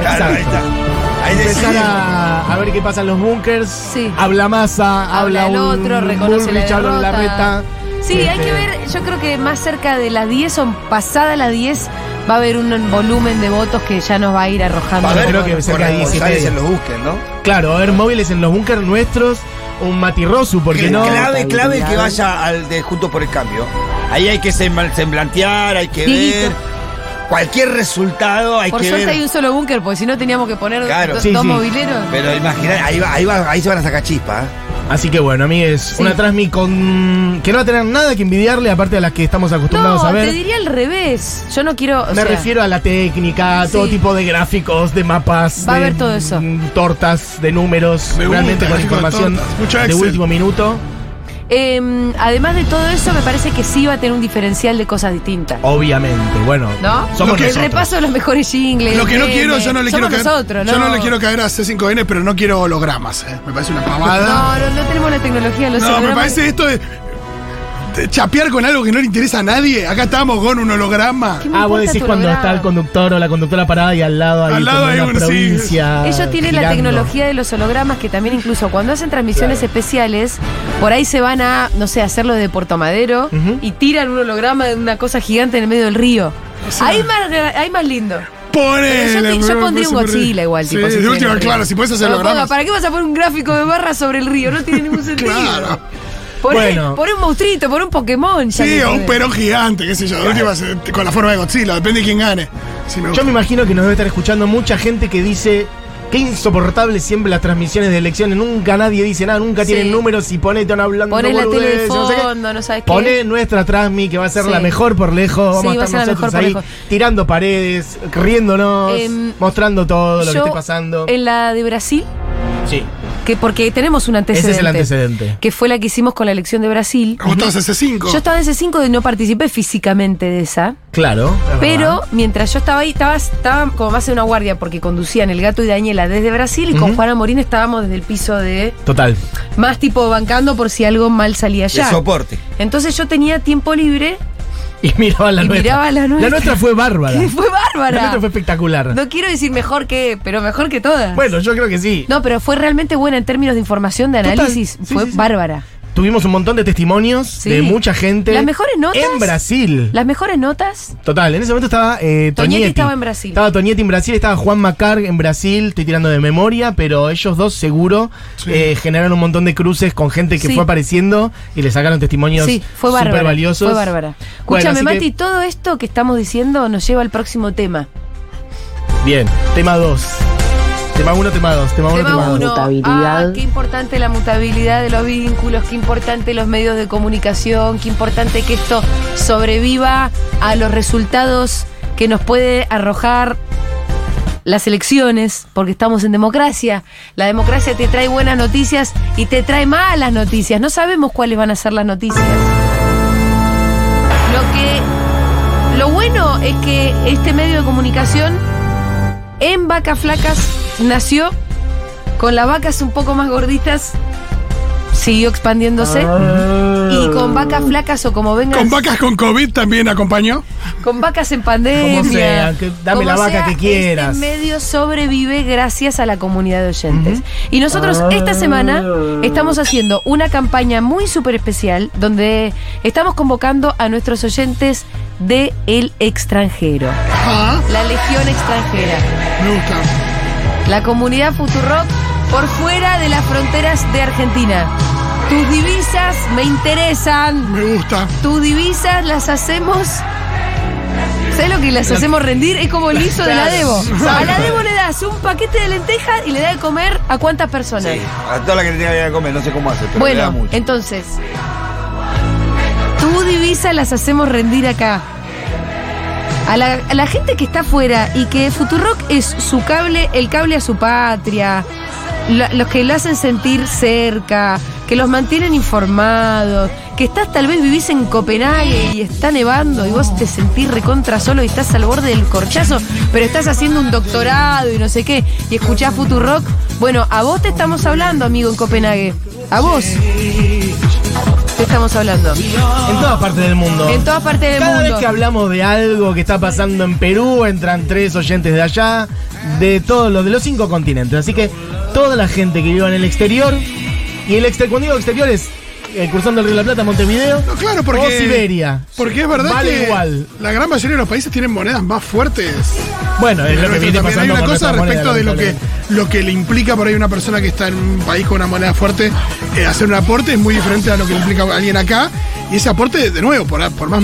B: Claro, ahí
D: Exacto.
B: está. Ahí
D: Empezar
B: decidimos.
D: a, a ver qué pasa en los bunkers.
A: Sí.
D: Habla masa, habla,
A: habla el
D: un
A: otro, reconoce la
D: Bullrich, habla un
A: derrota.
D: Larreta.
A: Sí, hay
D: Este,
A: que ver, yo creo que más cerca de las 10 o pasada las 10 va a haber un volumen de votos que ya nos va a ir arrojando.
B: Va a
D: yo
B: haber
D: creo que cerca de 10 y
B: corresponsales
D: media.
B: en los busques, ¿no?
D: Claro, va a ver móviles en los bunkers nuestros. Un Matirrosu, porque
B: Que-
D: no.
B: clave, clave que
A: clave.
B: vaya al de Juntos por el Cambio. Ahí hay que sem- semblantear, hay que
A: Dieguito.
B: ver. Cualquier resultado hay
A: Por
B: que
A: suerte
B: ver.
A: hay un solo búnker, porque si no teníamos que poner
B: Claro.
A: do-
D: Sí,
A: dos
D: sí.
A: mobileros.
B: Pero imagina, ahí, va- ahí, va- ahí se van a sacar chispa. ¿eh?
D: Así que bueno, amigues, una Transmi con. que no va a tener nada que envidiarle, aparte de las que estamos acostumbrados
A: No,
D: a ver.
A: te diría al revés. Yo no quiero. o
D: Me
A: sea,
D: refiero a la técnica, a todo
A: Sí.
D: tipo de gráficos, de mapas.
A: Va a
D: de,
A: haber todo eso.
D: mm, Tortas, de números,
C: Me
D: realmente
C: gusta,
D: con
C: gráfico de
D: información
C: tortas, mucho
D: de
C: Excel.
D: último minuto.
A: em, además de todo eso, me parece que sí va a tener un diferencial de cosas distintas.
D: Obviamente, bueno.
A: ¿No?
D: Oh, Somos
C: Lo que-
A: el
D: nosotros.
A: repaso de los mejores jingles.
C: Lo que no
A: memes.
C: quiero, yo no le quiero
A: Somos
C: caer.
A: nosotros, ¿no?
C: Yo no le quiero caer a C5N, pero no quiero hologramas. eh. Me parece una pavada.
A: No, no, no tenemos la tecnología, lo sé.
C: No,
A: pero
C: me parece esto de. de Chapear con algo que no le interesa a nadie. Acá estamos con un holograma.
A: ¿Qué me
D: Ah, vos
A: importa
D: decís
A: tu
D: cuando
A: holograma?
D: está el conductor o la conductora parada y al lado hay,
C: Al lado
D: como
C: hay
D: una
C: un- sí.
D: provincia.
A: Ellos tienen la
D: girando.
A: tecnología de los hologramas que también incluso cuando hacen transmisiones especiales, por ahí se van a, no sé, hacerlo de Puerto Madero
D: Ujú.
A: y tiran un holograma de una cosa gigante en el medio del río. ahí, más, ahí más lindo. Pero
C: Ponele.
A: yo,
C: Eh, me-
A: yo
C: me
A: pondría
C: parece
A: un
C: muy
A: Godzilla
C: re-
A: igual.
C: Sí,
A: tipo, si
C: de
A: tiene
C: última,
A: el río.
C: claro, si puedes hacer
A: No lo ponga,
C: hologramas.
A: ¿Para qué vas a poner un gráfico de barra sobre el río? No tiene ningún sentido.
C: Claro.
A: Por,
D: Bueno.
A: un monstruito, por un Pokémon. ya
C: Sí,
A: que
C: o un
A: se-
C: perón gigante, qué sé yo. De última, se- con la forma de Godzilla, depende de quién gane. Si me
D: Yo
C: gusta.
D: me imagino que nos debe estar escuchando mucha gente que dice. Qué insoportable siempre las transmisiones de elecciones. Nunca nadie dice nada, nunca
A: Sí.
D: tienen números y pone, están hablando.
A: Pones la tele de
D: boludeces, no sé qué.
A: fondo, no sabes qué.
D: Poné nuestra Transmi, que va a ser
A: Sí.
D: la mejor por lejos. Vamos
A: Sí, va
D: a
A: a ser la
D: estar nosotros
A: mejor
D: ahí
A: por
D: tirando paredes, riéndonos,
A: Em,
D: mostrando todo lo que
A: Yo,
D: esté pasando.
A: En la de Brasil,
D: sí,
A: que porque tenemos un
D: ese
A: antecedente.
D: es el antecedente.
A: Que fue la que hicimos con la elección de Brasil.
C: Vos estabas hace cinco.
A: Yo estaba en ese 5 y no participé físicamente de esa.
D: Claro. es
A: Pero
D: verdad.
A: mientras yo estaba ahí, estaba, estaba como más en una guardia porque conducían el gato y Daniela desde Brasil y con
D: Ujú.
A: Juana Morín estábamos desde el piso de
D: Total.
A: más tipo bancando por si algo mal salía
B: De
A: allá.
B: soporte.
A: Entonces yo tenía tiempo libre
D: Y miraba la
A: Y
D: nuestra.
A: miraba la nuestra.
D: fue bárbara.
A: que fue
D: La
A: bárbara.
D: nuestra fue espectacular.
A: No quiero decir mejor que, pero mejor que todas.
D: Bueno, yo creo que sí.
A: No, pero fue realmente buena en términos de información, de
D: Total.
A: análisis.
D: Sí,
A: fue
D: sí, sí.
A: bárbara.
D: Tuvimos un montón de testimonios
A: Sí.
D: de mucha gente.
A: Las mejores notas.
D: En Brasil.
A: Las mejores notas.
D: Total, en ese momento estaba eh, Toñetti.
A: Toñetti estaba en Brasil.
D: Estaba Toñetti en Brasil, estaba Juan Macar en Brasil, estoy tirando de memoria, pero ellos dos seguro eh, generaron un montón de cruces con gente que
A: Sí.
D: fue apareciendo y le sacaron testimonios
A: Sí, fue bárbara.
D: súper valiosos.
A: Fue bárbara.
D: Bueno,
A: Escúchame,
D: así
A: Mati,
D: que-
A: todo esto que estamos diciendo nos lleva al próximo tema.
D: bien, tema 2. Tema 1, tema 2. Tema 1,
A: Tema
D: tema 2.
A: uno. Ah, qué importante la mutabilidad de los vínculos, qué importante los medios de comunicación, qué importante que esto sobreviva a los resultados que nos puede arrojar las elecciones, porque estamos en democracia. La democracia te trae buenas noticias y te trae malas noticias. No sabemos cuáles van a ser las noticias. Lo que lo bueno es que este medio de comunicación en Vacas Flacas nació con las vacas un poco más gorditas siguió expandiéndose.
D: Ah.
A: Y con vacas flacas o como vengan.
C: Con vacas con COVID también acompañó.
A: con vacas en pandemia.
D: Como sea, que dame la vaca que quieras.
A: Este medio sobrevive gracias a la comunidad de oyentes. Y nosotros
D: Ah.
A: esta semana estamos haciendo una campaña muy súper especial donde estamos convocando a nuestros oyentes de el extranjero.
C: Ah,
A: La Legión Extranjera.
C: me gusta.
A: La comunidad Futurock por fuera de las fronteras de Argentina. Tus divisas me interesan.
C: Me gusta.
A: Tus divisas las hacemos. ¿Sabes lo que las hacemos rendir? Es como el hizo de la Debo. A la Debo le das un paquete de lentejas y le da de comer a cuántas personas.
B: Sí, a toda la que tenía que comer, no sé cómo hace, pero le da
A: Bueno,
B: mucho.
A: entonces. Tu divisa las hacemos rendir acá. A la, a la gente que está afuera y que Futurock es su cable, el cable a su patria, la- los que lo hacen sentir cerca, que los mantienen informados, que estás tal vez vivís en Copenhague y está nevando y vos te sentís recontra solo y estás al borde del corchazo, pero estás haciendo un doctorado y no sé qué, y escuchás Futurock. Bueno, a vos te estamos hablando, amigo, en Copenhague. A vos. Te estamos hablando.
D: En todas partes del mundo.
A: En todas partes del
D: Cada
A: mundo.
D: vez que hablamos de algo que está pasando en Perú, entran tres oyentes de allá, de todos los de los cinco continentes. Así que toda la gente que viva en el exterior, y el exterior, cuando digo exterior es eh, cruzando el Río de la Plata, Montevideo,
C: No, claro, porque.
D: o Siberia.
C: Porque es verdad
D: Vale
C: que
D: igual.
C: la gran mayoría de los países tienen monedas más fuertes.
D: Bueno, es lo que
C: Pero
D: viene
C: también hay
D: pasando
C: una
D: con
C: cosa
D: nuestra
C: respecto
D: moneda,
C: de lo que,
D: lamentablemente.
C: lo que le implica por ahí una persona que está en un país con una moneda fuerte eh, hacer un aporte es muy diferente a lo que le implica a alguien acá. Y ese aporte, de nuevo, por, por más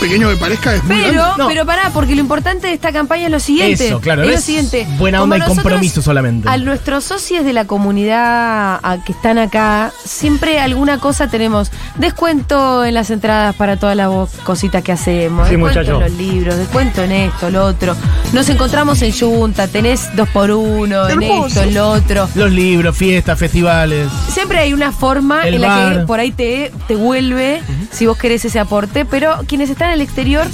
C: pequeño que parezca, es muy grande.
A: Pero,
D: No.
A: pero pará, porque lo importante de esta campaña es lo siguiente.
D: Eso, claro,
A: es lo
D: ¿ves?
A: siguiente.
D: Buena
A: Como
D: onda y
A: nosotros,
D: compromiso solamente.
A: A nuestros socios de la comunidad a que están acá, siempre alguna cosa tenemos. Descuento en las entradas para todas las vos- cositas que hacemos.
E: Sí,
A: descuento
E: muchacho.
A: en los libros, descuento en esto, lo otro. Nos encontramos en Junta, tenés dos por uno, en esto, en lo otro.
D: Los libros, fiestas, festivales.
A: Siempre hay una forma
D: El
A: en la que
D: bar.
A: por ahí te, te vuelve si vos querés ese aporte, pero quienes están en el exterior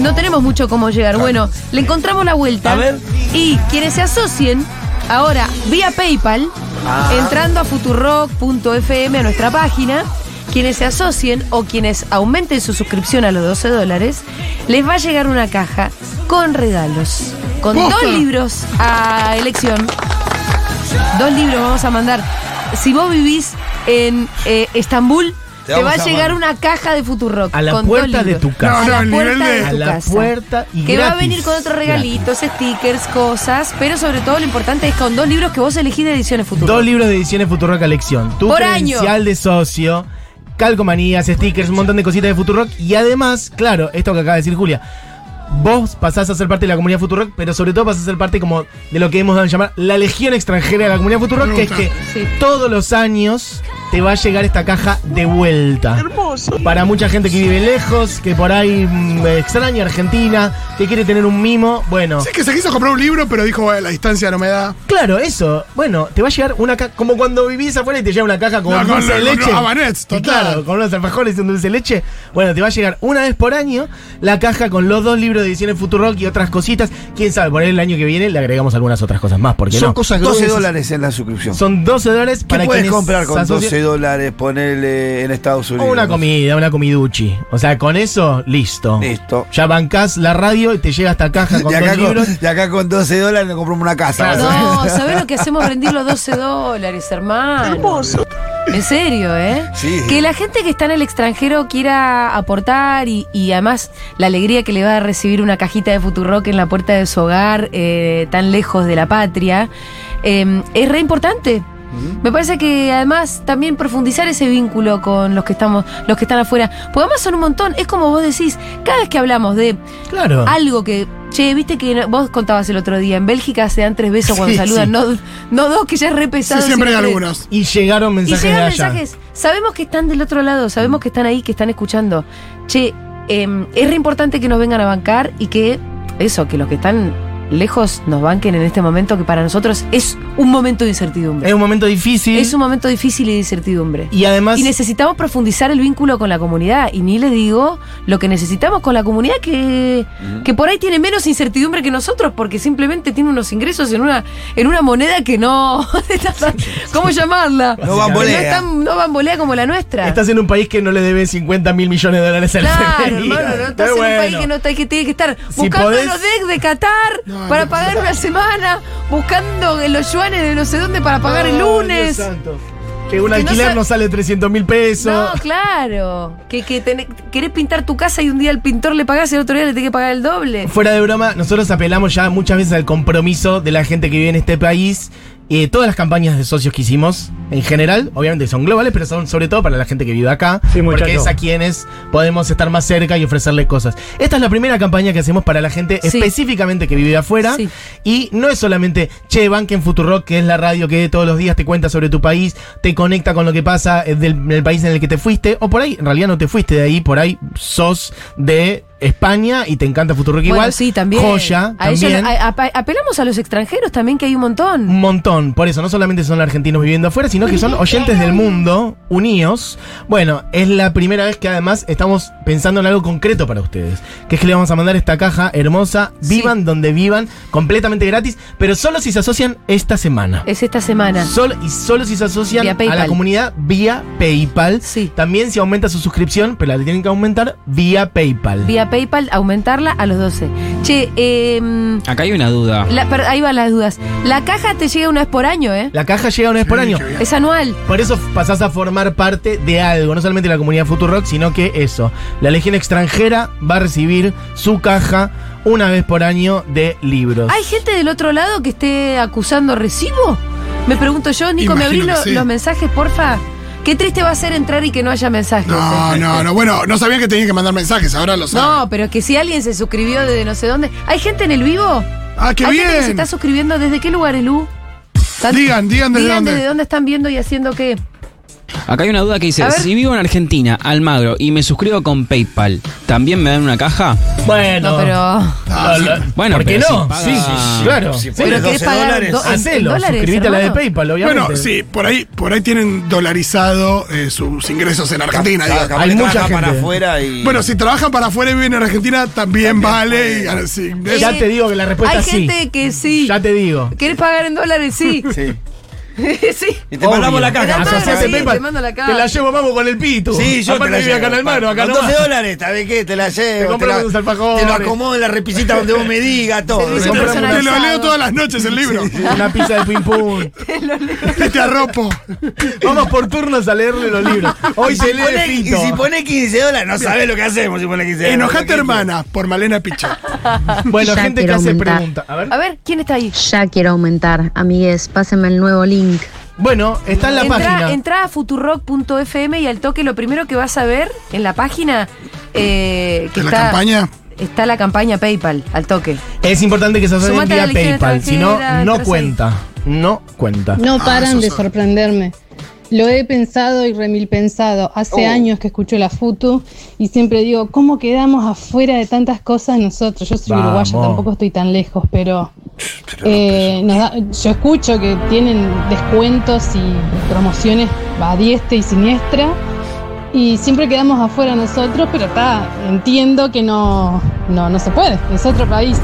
A: no tenemos mucho cómo llegar. Bueno, le encontramos la vuelta.
B: A ver.
A: Y quienes se asocien, ahora vía PayPal, entrando a futurock.fm a nuestra página, quienes se asocien o quienes aumenten su suscripción a los 12 dólares, les va a llegar una caja con regalos, con
C: Posta.
A: dos libros a elección. Dos libros vamos a mandar. Si vos vivís en eh, Estambul,
B: Te
A: te,
B: vamos
A: va a
B: a
A: llegar
B: mandar.
A: una caja de Futurock.
D: A la
A: con
D: puerta
A: dos
D: de
A: libros.
D: tu casa.
A: A
C: No,
A: la
C: no, el
A: puerta
C: nivel
A: de
C: de-
A: tu
D: A la
A: casa.
D: puerta y
A: Que va a
D: gratis.
A: venir con otros regalitos, stickers, cosas, pero sobre todo lo importante es con dos libros que vos elegís de ediciones futuras.
D: Dos libros de ediciones Futurock a lección. Tu
A: Por
D: credencial
A: año.
D: de socio, calcomanías, stickers, un montón de cositas de Futurock. Y además, claro, esto que acaba de decir Julia. Vos pasás a ser parte de la comunidad Futurock, pero sobre todo pasás a ser parte como de lo que hemos dado en llamar la legión extranjera de la comunidad Futurock,
C: Me
D: que es que
C: gusta.
A: Sí.
D: todos los años te va a llegar esta caja de vuelta. Hermoso. Para mucha gente que vive lejos, que por ahí mm, extraña Argentina, que quiere tener un mimo, bueno.
C: Sí, que se quiso comprar un libro, pero dijo, "Bueno, la distancia no me da.
D: Claro, eso. Bueno, te va a llegar una caja. Como cuando vivís afuera y te llega una caja con
C: No, con
D: dulce de
C: lo- con
D: leche.
C: los habanets,
D: Y
C: total.
D: Claro, con unos alfajores y un dulce de leche. Bueno, te va a llegar una vez por año la caja con los dos libros de ediciones Futurock y otras cositas. Quién sabe, por ahí el año que viene le agregamos algunas otras cosas más. Porque
B: Son
D: no.
B: cosas 12 dólares en la suscripción.
D: Son 12 dólares
B: ¿Qué
D: para
B: puedes
D: quienes
B: comprar
D: se
B: con
D: asocien-
B: 12 dólares, ponerle en Estados Unidos?
D: O una comida, una comiduchi. O sea, con eso, listo.
B: Listo.
D: Ya bancás la radio y te llega esta caja con
B: De acá
D: dos
B: con,
D: libros.
B: de acá con 12 dólares nos compramos una casa.
D: Claro.
A: No, ¿sabés lo que hacemos rendir los 12 dólares, hermano? En serio, ¿eh?
B: Sí.
A: Que la gente que está en el extranjero quiera aportar y, y además la alegría que le va a recibir una cajita de Futurock en la puerta de su hogar, eh, tan lejos de la patria, eh, es re importante. Me parece que además también profundizar ese vínculo con los que estamos, los que están afuera. Porque además son un montón, es como vos decís, cada vez que hablamos de
D: Claro.
A: algo que. Che, viste que no- vos contabas el otro día, en Bélgica se dan tres besos cuando
D: Sí,
A: saludan,
D: sí.
A: No, no dos, que ya es re
C: Sí,
A: pesado.
C: siempre hay
A: sino tres.
C: algunos.
D: Y llegaron
A: Y
D: mensajes
A: llegan
D: de allá. Mm.
A: mensajes. Sabemos que están del otro lado, sabemos que están ahí, que están escuchando. Che, em, es re importante que nos vengan a bancar y que eso, que los que están lejos nos banquen en este momento que para nosotros es un momento de incertidumbre.
D: Es un momento difícil.
A: Es un momento difícil y de incertidumbre.
D: y además.
A: Y necesitamos profundizar el vínculo con la comunidad. Y ni le digo lo que necesitamos con la comunidad que, que por ahí tiene menos incertidumbre que nosotros porque simplemente tiene unos ingresos en una, en una moneda que no... ¿Cómo llamarla?
B: No
A: Que No,
B: bambolea.
A: es tan- no bambolea como la nuestra.
D: Estás en un país que no le debe 50 mil millones de dólares al
A: Claro,
D: FMI.
A: hermano, no estás
D: Pero
A: en un
D: bueno.
A: país que no está, que tiene que estar
D: Si
A: buscando
D: podés-
A: los decks de Qatar
C: No,
A: para
C: no.
A: pagar una semana, buscando los yuanes de no sé dónde para pagar
D: Ay,
A: el lunes.
D: Dios santo. Que un
A: Que no
D: alquiler
A: sa-
D: no sale 300 mil pesos.
A: No, claro. Que, que tenés- querés pintar tu casa y un día al pintor le pagás y el otro día le tenés que pagar el doble.
D: Fuera de broma, nosotros apelamos ya muchas veces al compromiso de la gente que vive en este país. Eh, todas las campañas de socios que hicimos, en general, obviamente son globales, pero son sobre todo para la gente que vive acá,
E: Sí, muchacho.
D: porque es a quienes podemos estar más cerca y ofrecerle cosas. Esta es la primera campaña que hacemos para la gente
A: Sí.
D: específicamente que vive afuera.
A: Sí.
D: Y no es solamente, che, Banquen Futurock, que es la radio que todos los días te cuenta sobre tu país, te conecta con lo que pasa eh, del, del país en el que te fuiste, o por ahí, en realidad no te fuiste de ahí, por ahí sos de España y te encanta Futurock
A: Bueno,
D: igual.
A: sí, también.
D: Joya,
A: A ellos-
D: también.
A: a- a- apelamos a los extranjeros también, que hay un montón.
C: Mm.
D: Un montón, por eso no solamente son argentinos viviendo afuera, sino que son oyentes del mundo, unidos. Bueno, es la primera vez que además estamos pensando en algo concreto para ustedes, que es que le vamos a mandar esta caja hermosa,
A: Sí.
D: vivan donde vivan, completamente gratis, pero solo si se asocian esta semana.
A: Es esta semana.
D: Solo, y solo si se asocian
A: Vía
D: a la
A: PayPal.
D: comunidad vía PayPal.
A: Sí.
D: También si aumenta su suscripción, pero la tienen que aumentar vía PayPal.
A: Vía PayPal, aumentarla a los 12. Che, eh.
F: Acá hay una duda.
A: La- per- ahí van las dudas. La caja te llega una vez por año, ¿eh?
D: La caja llega una vez por
C: Sí,
D: año.
C: qué bien.
A: Es anual.
D: Por eso pasás a formar parte de algo, no solamente la comunidad Futurock, sino que eso. La Legión extranjera va a recibir su caja una vez por año de libros.
A: ¿Hay gente del otro lado que esté acusando recibo? Me pregunto yo, Nico, ¿me
C: Imagino
A: abrís
C: que
A: lo-
C: sí.
A: los mensajes, porfa? Qué triste va a ser entrar y que no haya mensajes.
C: No,
A: ¿eh?
C: no, no. Bueno, no sabía que tenía que mandar mensajes, ahora lo saben.
A: No, pero es que si alguien se suscribió desde no sé dónde. ¿Hay gente en el vivo?
C: Ah, qué
A: ¿Hay gente que se
C: bien.
A: está suscribiendo desde qué lugar, Lu?
C: Digan, digan desde dónde.
A: desde dónde están viendo y haciendo qué.
F: Acá hay una duda que
A: A
F: dice,
A: ver.
F: si vivo en Argentina, Almagro, y me suscribo con PayPal, ¿también me dan una caja?
D: Bueno,
A: No, pero.
C: Ah,
D: no, no,
F: Bueno,
D: ¿por qué
F: pero
D: no?
F: si paga-
D: Sí, sí, sí, claro.
B: Si
D: Sí,
B: puede,
A: Pero querés
B: 12
A: pagar
B: dólares.
A: do- en- en
D: Hacelo,
A: dólares,
D: suscribite a la de
A: hermano.
D: PayPal, obviamente.
C: Bueno, sí, por ahí, por ahí tienen dolarizado eh, sus ingresos en Argentina.
B: Capaz-
C: digo.
B: capaz
D: Hay
B: que
D: mucha
B: trabaja
D: gente.
B: para afuera y.
C: Bueno, si trabajan para afuera y viven en Argentina, también vale. y, ah, sí, es-
D: Ya te digo que la respuesta
A: Eh, Hay
D: es sí.
A: gente que sí.
D: Pues Ya te digo.
A: ¿Querés pagar en dólares? Sí.
B: Sí.
A: sí.
B: Y te mandamos
D: Obvio.
B: la caja.
A: Te la
D: Asociate
A: mando, sí,
D: PayPal.
A: te mando la caja.
D: Te la llevo, vamos, con el pito.
B: Sí, yo
D: Aparte
B: te la
D: vive
B: llevo.
D: acá en Almagro, acá
B: Con
D: no
B: 12
D: más.
B: dólares, ¿sabes qué? Te la llevo.
D: compramos
B: la-
D: unos alfajores.
B: Te lo acomodo en la repisita donde vos me digas, todo.
A: Servicio
B: Te compro-
A: personal.
C: te lo leo
A: Personalizado.
C: todas las noches el libro.
D: Una pizza de ping pong.
C: Y te arropo.
D: Vamos por turnos a leerle los libros. Hoy
B: Y si
D: se lee
B: pone- Y
D: Fito.
B: si pones 15 dólares, no sabés lo que hacemos si pones 15 dólares.
C: Enojate, hermana, por Malena Pichot.
D: Bueno,
G: Ya
D: gente que
G: quiero
D: hace
G: aumentar.
D: preguntas. A ver.
A: A ver, ¿quién está ahí?
G: Ya quiero aumentar, amigues, pásenme el nuevo link.
D: Bueno, está en la
A: entra,
D: página.
A: entra a futurock.fm y al toque lo primero que vas a ver en la página eh, que
C: ¿De la
A: está,
C: campaña?
A: está la campaña PayPal, al toque.
D: Es importante que se asocien
A: Sumate a la
D: vía
A: Legión
D: PayPal, si no,
A: Extranjera,
D: no
A: entras
D: cuenta. No cuenta.
H: No
C: Ah,
H: paran
C: eso
H: de
C: sí.
H: sorprenderme. Lo he pensado y remil pensado. Hace años que escucho la Futu y siempre digo, ¿cómo quedamos afuera de tantas cosas nosotros? Yo soy
D: Vamos.
H: uruguaya, tampoco estoy tan lejos, pero eh, nos da- yo escucho que tienen descuentos y promociones a diestra y siniestra y siempre quedamos afuera nosotros, pero está, entiendo que no, no, no se puede, es otro país.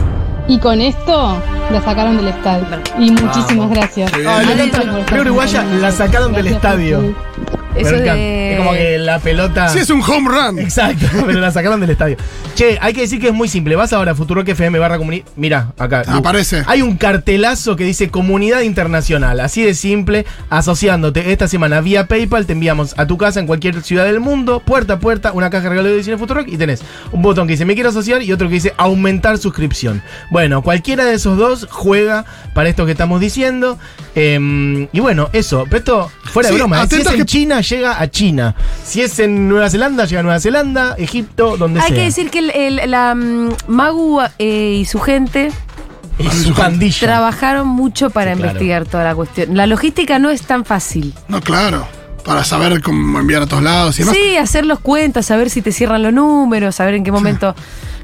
H: Y con esto la sacaron del estadio. Y muchísimas gracias.
D: Ah, le encanta.
H: Gracias por estar
D: La uruguaya
H: acompañando.
D: la sacaron del
H: Gracias por
D: estadio.
H: tu-
A: Eso
D: Pero
A: de-
D: Es como que la pelota.
C: Sí, es un home run.
D: Exacto, pero la sacaron del estadio. Che, hay que decir que es muy simple. Vas ahora a Futurock FM barra comunidad. Mira, acá. Lu.
C: Aparece.
D: Hay un cartelazo que dice comunidad internacional. Así de simple, asociándote esta semana vía PayPal, te enviamos a tu casa en cualquier ciudad del mundo, puerta a puerta, una caja de regalo de Cine Futurock y tenés un botón que dice me quiero asociar y otro que dice aumentar suscripción. Bueno, cualquiera de esos dos juega para esto que estamos diciendo. Em, y bueno, eso, pero esto fuera de
C: Sí,
D: broma. ¿eh? Si es
C: atentos
D: en
C: que-
D: China, llega a China. Si es en Nueva Zelanda, llega a Nueva Zelanda, Egipto, donde
A: Hay
D: sea.
A: que decir que el- el- la mm, Magu eh, y su gente
D: Y su pandilla.
A: trabajaron mucho para
D: Sí, claro.
A: investigar toda la cuestión. La logística no es tan fácil.
C: No, claro. para saber cómo enviar a todos lados y demás.
A: Sí, hacer los cuentas, saber si te cierran los números, saber en qué momento.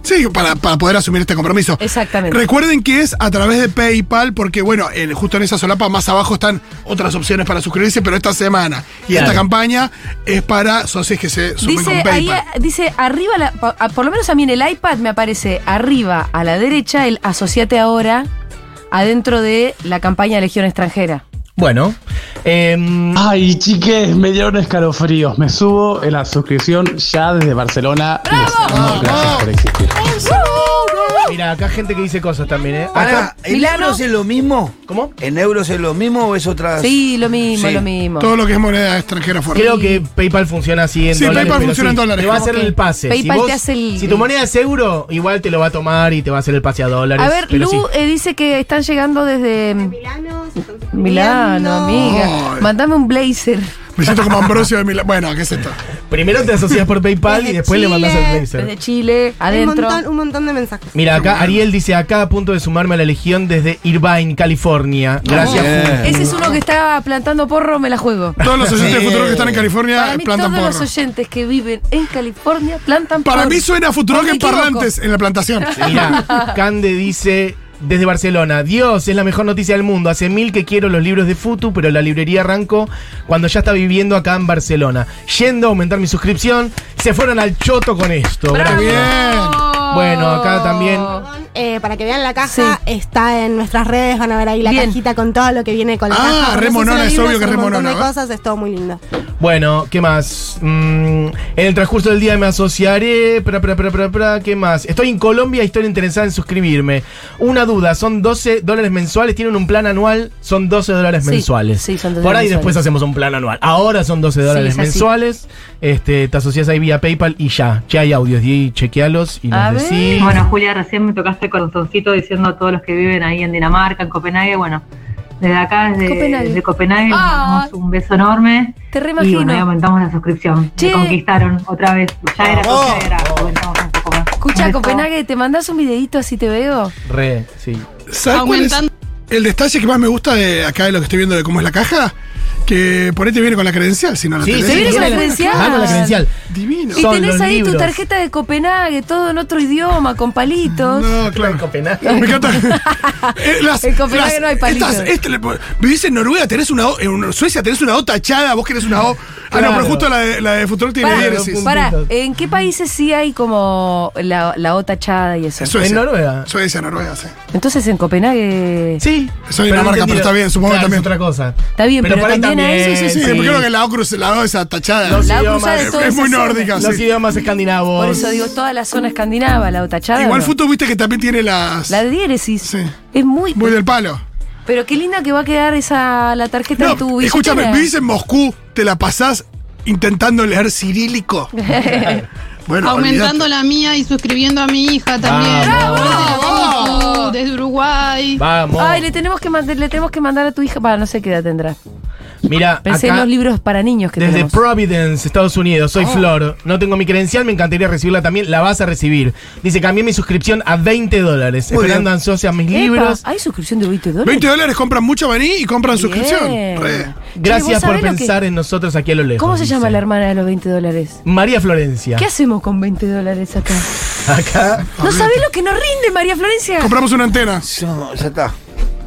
C: Sí, para, para poder asumir este compromiso.
A: Exactamente.
C: Recuerden que es a través de PayPal, porque bueno, en- justo en esa solapa más abajo están otras opciones para suscribirse, pero esta semana y esta
D: Claro.
C: campaña es para socios que se sumen
A: Dice,
C: con
A: ahí, ah,
C: PayPal.
A: dice arriba, la- pa- a- por lo menos a mí en el iPad me aparece arriba a la derecha el asociate ahora adentro de la campaña Legión Extranjera.
D: Bueno. em,
C: Ah.
E: Ay, chiques, me dieron escalofríos. Me subo en la suscripción ya desde Barcelona. Les
C: Ah,
E: amo, gracias por existir.
D: mira, acá gente que dice cosas también, ¿eh?
B: Pará,
D: Acá,
B: ¿en
A: Milano.
B: euros es lo mismo?
D: ¿Cómo?
B: ¿En euros es lo mismo o es otra?
A: Sí, lo mismo,
B: Sí.
A: lo mismo.
C: Todo lo que es moneda extranjera fuera.
D: Creo que PayPal funciona así en
C: Sí,
D: dólares.
C: PayPal
D: pero
C: funciona en dólares.
D: Te va a
C: Como
D: hacer
A: que
D: el pase.
A: PayPal
D: si vos-
A: te hace el-
D: Si tu moneda es euro, igual te lo va a tomar y te va a hacer el pase a dólares.
A: A ver,
D: pero
A: Lu
D: sí.
A: eh, dice que están llegando desde mm, Milano,
I: Milano.
A: amiga.
C: Ay.
A: Mandame un blazer.
C: Me siento como Ambrosio de Milán. Bueno, ¿qué es esto?
D: Primero te asocias por PayPal y
I: Desde
D: después le mandas el
I: Chile,
D: blazer.
A: Desde Chile,
I: Hay un
A: adentro.
I: montón, un montón de mensajes.
D: Mira, acá Ariel dice, acá a punto de sumarme a la legión desde Irvine,
A: Ah,
D: California. Gracias.
B: Bien.
A: Ese es uno que está plantando porro, me la juego.
C: Todos los oyentes
B: Sí.
C: de Futuro que están en California
A: Para mí,
C: Eh, plantan
A: todos
C: porro.
A: los oyentes que viven en California plantan
C: Para
A: porro.
C: mí suena Futuro
A: ¿O
C: que
A: me
C: en
A: equivoco?
C: parlantes en la plantación.
D: Mira, Cande dice desde Barcelona, Dios, es la mejor noticia del mundo. Hace mil que quiero los libros de Futu, pero la librería arrancó cuando ya está viviendo acá en Barcelona. Yendo a aumentar mi suscripción, se fueron al choto con esto.
A: ¡Bravo!
D: Gracias. Bueno, acá también.
I: Eh, para que vean la caja,
A: Sí.
I: está en nuestras redes, van a ver ahí la
A: Bien.
I: cajita con todo lo que viene con la
C: Ah,
I: caja. con
C: re
I: los
C: monona, es
I: libros,
C: obvio que
I: un
C: re ¿eh?
I: montón
C: monona,
I: de
C: ¿va?
I: cosas, es todo muy lindo.
D: Bueno, ¿qué más? Mm, en el transcurso del día me asociaré. Pra, pra, pra, pra, pra, ¿Qué más? Estoy en Colombia y estoy interesada en suscribirme. Una duda, son 12 dólares mensuales, tienen un plan anual, son 12 dólares
A: Sí,
D: mensuales.
A: sí, son 12
D: Por ahí
A: mensuales.
D: después hacemos un plan anual. Ahora son 12 dólares
A: es así.
D: mensuales. Este, te asocias ahí vía PayPal y ya. Ya hay audios, y chequealos y
A: A
D: nos
A: ver.
D: decís.
J: Bueno, Julia, recién me tocaste el corazoncito diciendo a todos los que viven ahí en Dinamarca, en Copenhague. Bueno, desde acá, desde
A: Copenhague.
J: Copenhague, desde Copenhague les
D: Ah.
A: Ay.
J: mandamos un beso enorme.
A: Te
J: Y bueno, ahí
A: reimagino.
J: aumentamos la suscripción.
A: Che.
J: Se conquistaron otra vez. Ya era, ya era. Aumentamos un poco más. Un
A: Escucha,
J: beso.
A: Copenhague, ¿te mandás un videito así te veo?
D: Re, sí.
C: ¿Sabes cuál es el detalle que más me gusta de acá de lo que estoy viendo de cómo es la caja? Que por ahí te viene con la credencial, si no la
D: Sí,
C: tenés.
D: sí,
A: viene con la credencial.
D: Ah, con la credencial.
C: Divino.
A: Y
D: Son
A: tenés
D: los
A: ahí tu
D: libros.
A: tarjeta de Copenhague, todo en otro idioma, con palitos.
C: No, claro.
D: Copenhague.
C: Me encanta. Eh, las-
A: En Copenhague
C: las-
A: no hay palitos.
C: estas- este- le- vivís en Noruega, tenés una O, en Suecia tenés una O tachada, vos querés una O. Ah, no,
D: Claro.
C: pero justo la de, la de Futuro tiene
A: Pará,
C: diéresis.
A: pará, ¿en qué países sí hay como la, la O tachada y eso?
C: Eso
D: En Noruega.
C: Suecia, Noruega, sí.
A: Entonces en Copenhague.
D: Sí.
C: Soy una
D: no
C: marca, pero
D: entendí.
C: está bien, supongo que
D: Claro,
C: también.
D: Es otra cosa.
A: Está bien, pero
D: por ahí
A: también a eso
C: Sí,
A: Sí.
C: porque creo que la O cruz, la O esa tachada.
D: Los
A: La O
D: idiomas.
A: cruzada de
C: es,
A: toda
C: es
A: esa
C: muy
A: zona.
C: nórdica,
D: Los
C: sí.
D: idiomas escandinavos.
A: Por eso digo, toda la zona escandinava, la O tachada.
C: Igual
A: ¿no?
C: Futu, viste que también tiene las.
A: La de diéresis.
C: Sí.
A: Es muy.
C: Muy del palo.
A: Pero qué linda que va a quedar esa la tarjeta de tu
C: No, escúchame,
A: billetera.
C: vivís en Moscú, te la pasás intentando leer cirílico. bueno,
H: Aumentando
C: olvidate.
H: la mía y suscribiendo a mi hija también.
D: Vamos.
H: Desde, la
A: ¡Bravo!
H: Concu, desde Uruguay.
D: Vamos.
A: Ah, Ay, le tenemos que mandar, le tenemos que mandar a tu hija. Para no sé qué edad tendrá.
D: Mira,
A: Pensé en
D: acá,
A: los libros para niños que
D: desde
A: tenemos. Oh.
D: Providence, Estados Unidos, soy Flor. No tengo mi credencial, me encantaría recibirla también. La vas a recibir. Dice, cambié mi suscripción a 20 dólares.
C: Muy
D: Esperando
C: bien.
D: ansiosa mis
A: Epa,
D: libros.
A: ¿Hay suscripción de 20 dólares?
C: 20 dólares compran mucho maní y compran
A: Bien.
C: suscripción. Re.
A: Che, ¿vos
D: Gracias por
A: sabés lo que-
D: pensar en nosotros aquí a lo lejos.
A: ¿Cómo se
D: dice.
A: llama la hermana de los 20 dólares?
D: María Florencia.
A: ¿Qué hacemos con 20 dólares acá?
D: Acá.
A: ¿No sabés lo que nos rinde, María Florencia?
C: Compramos una antena.
B: No, ya está.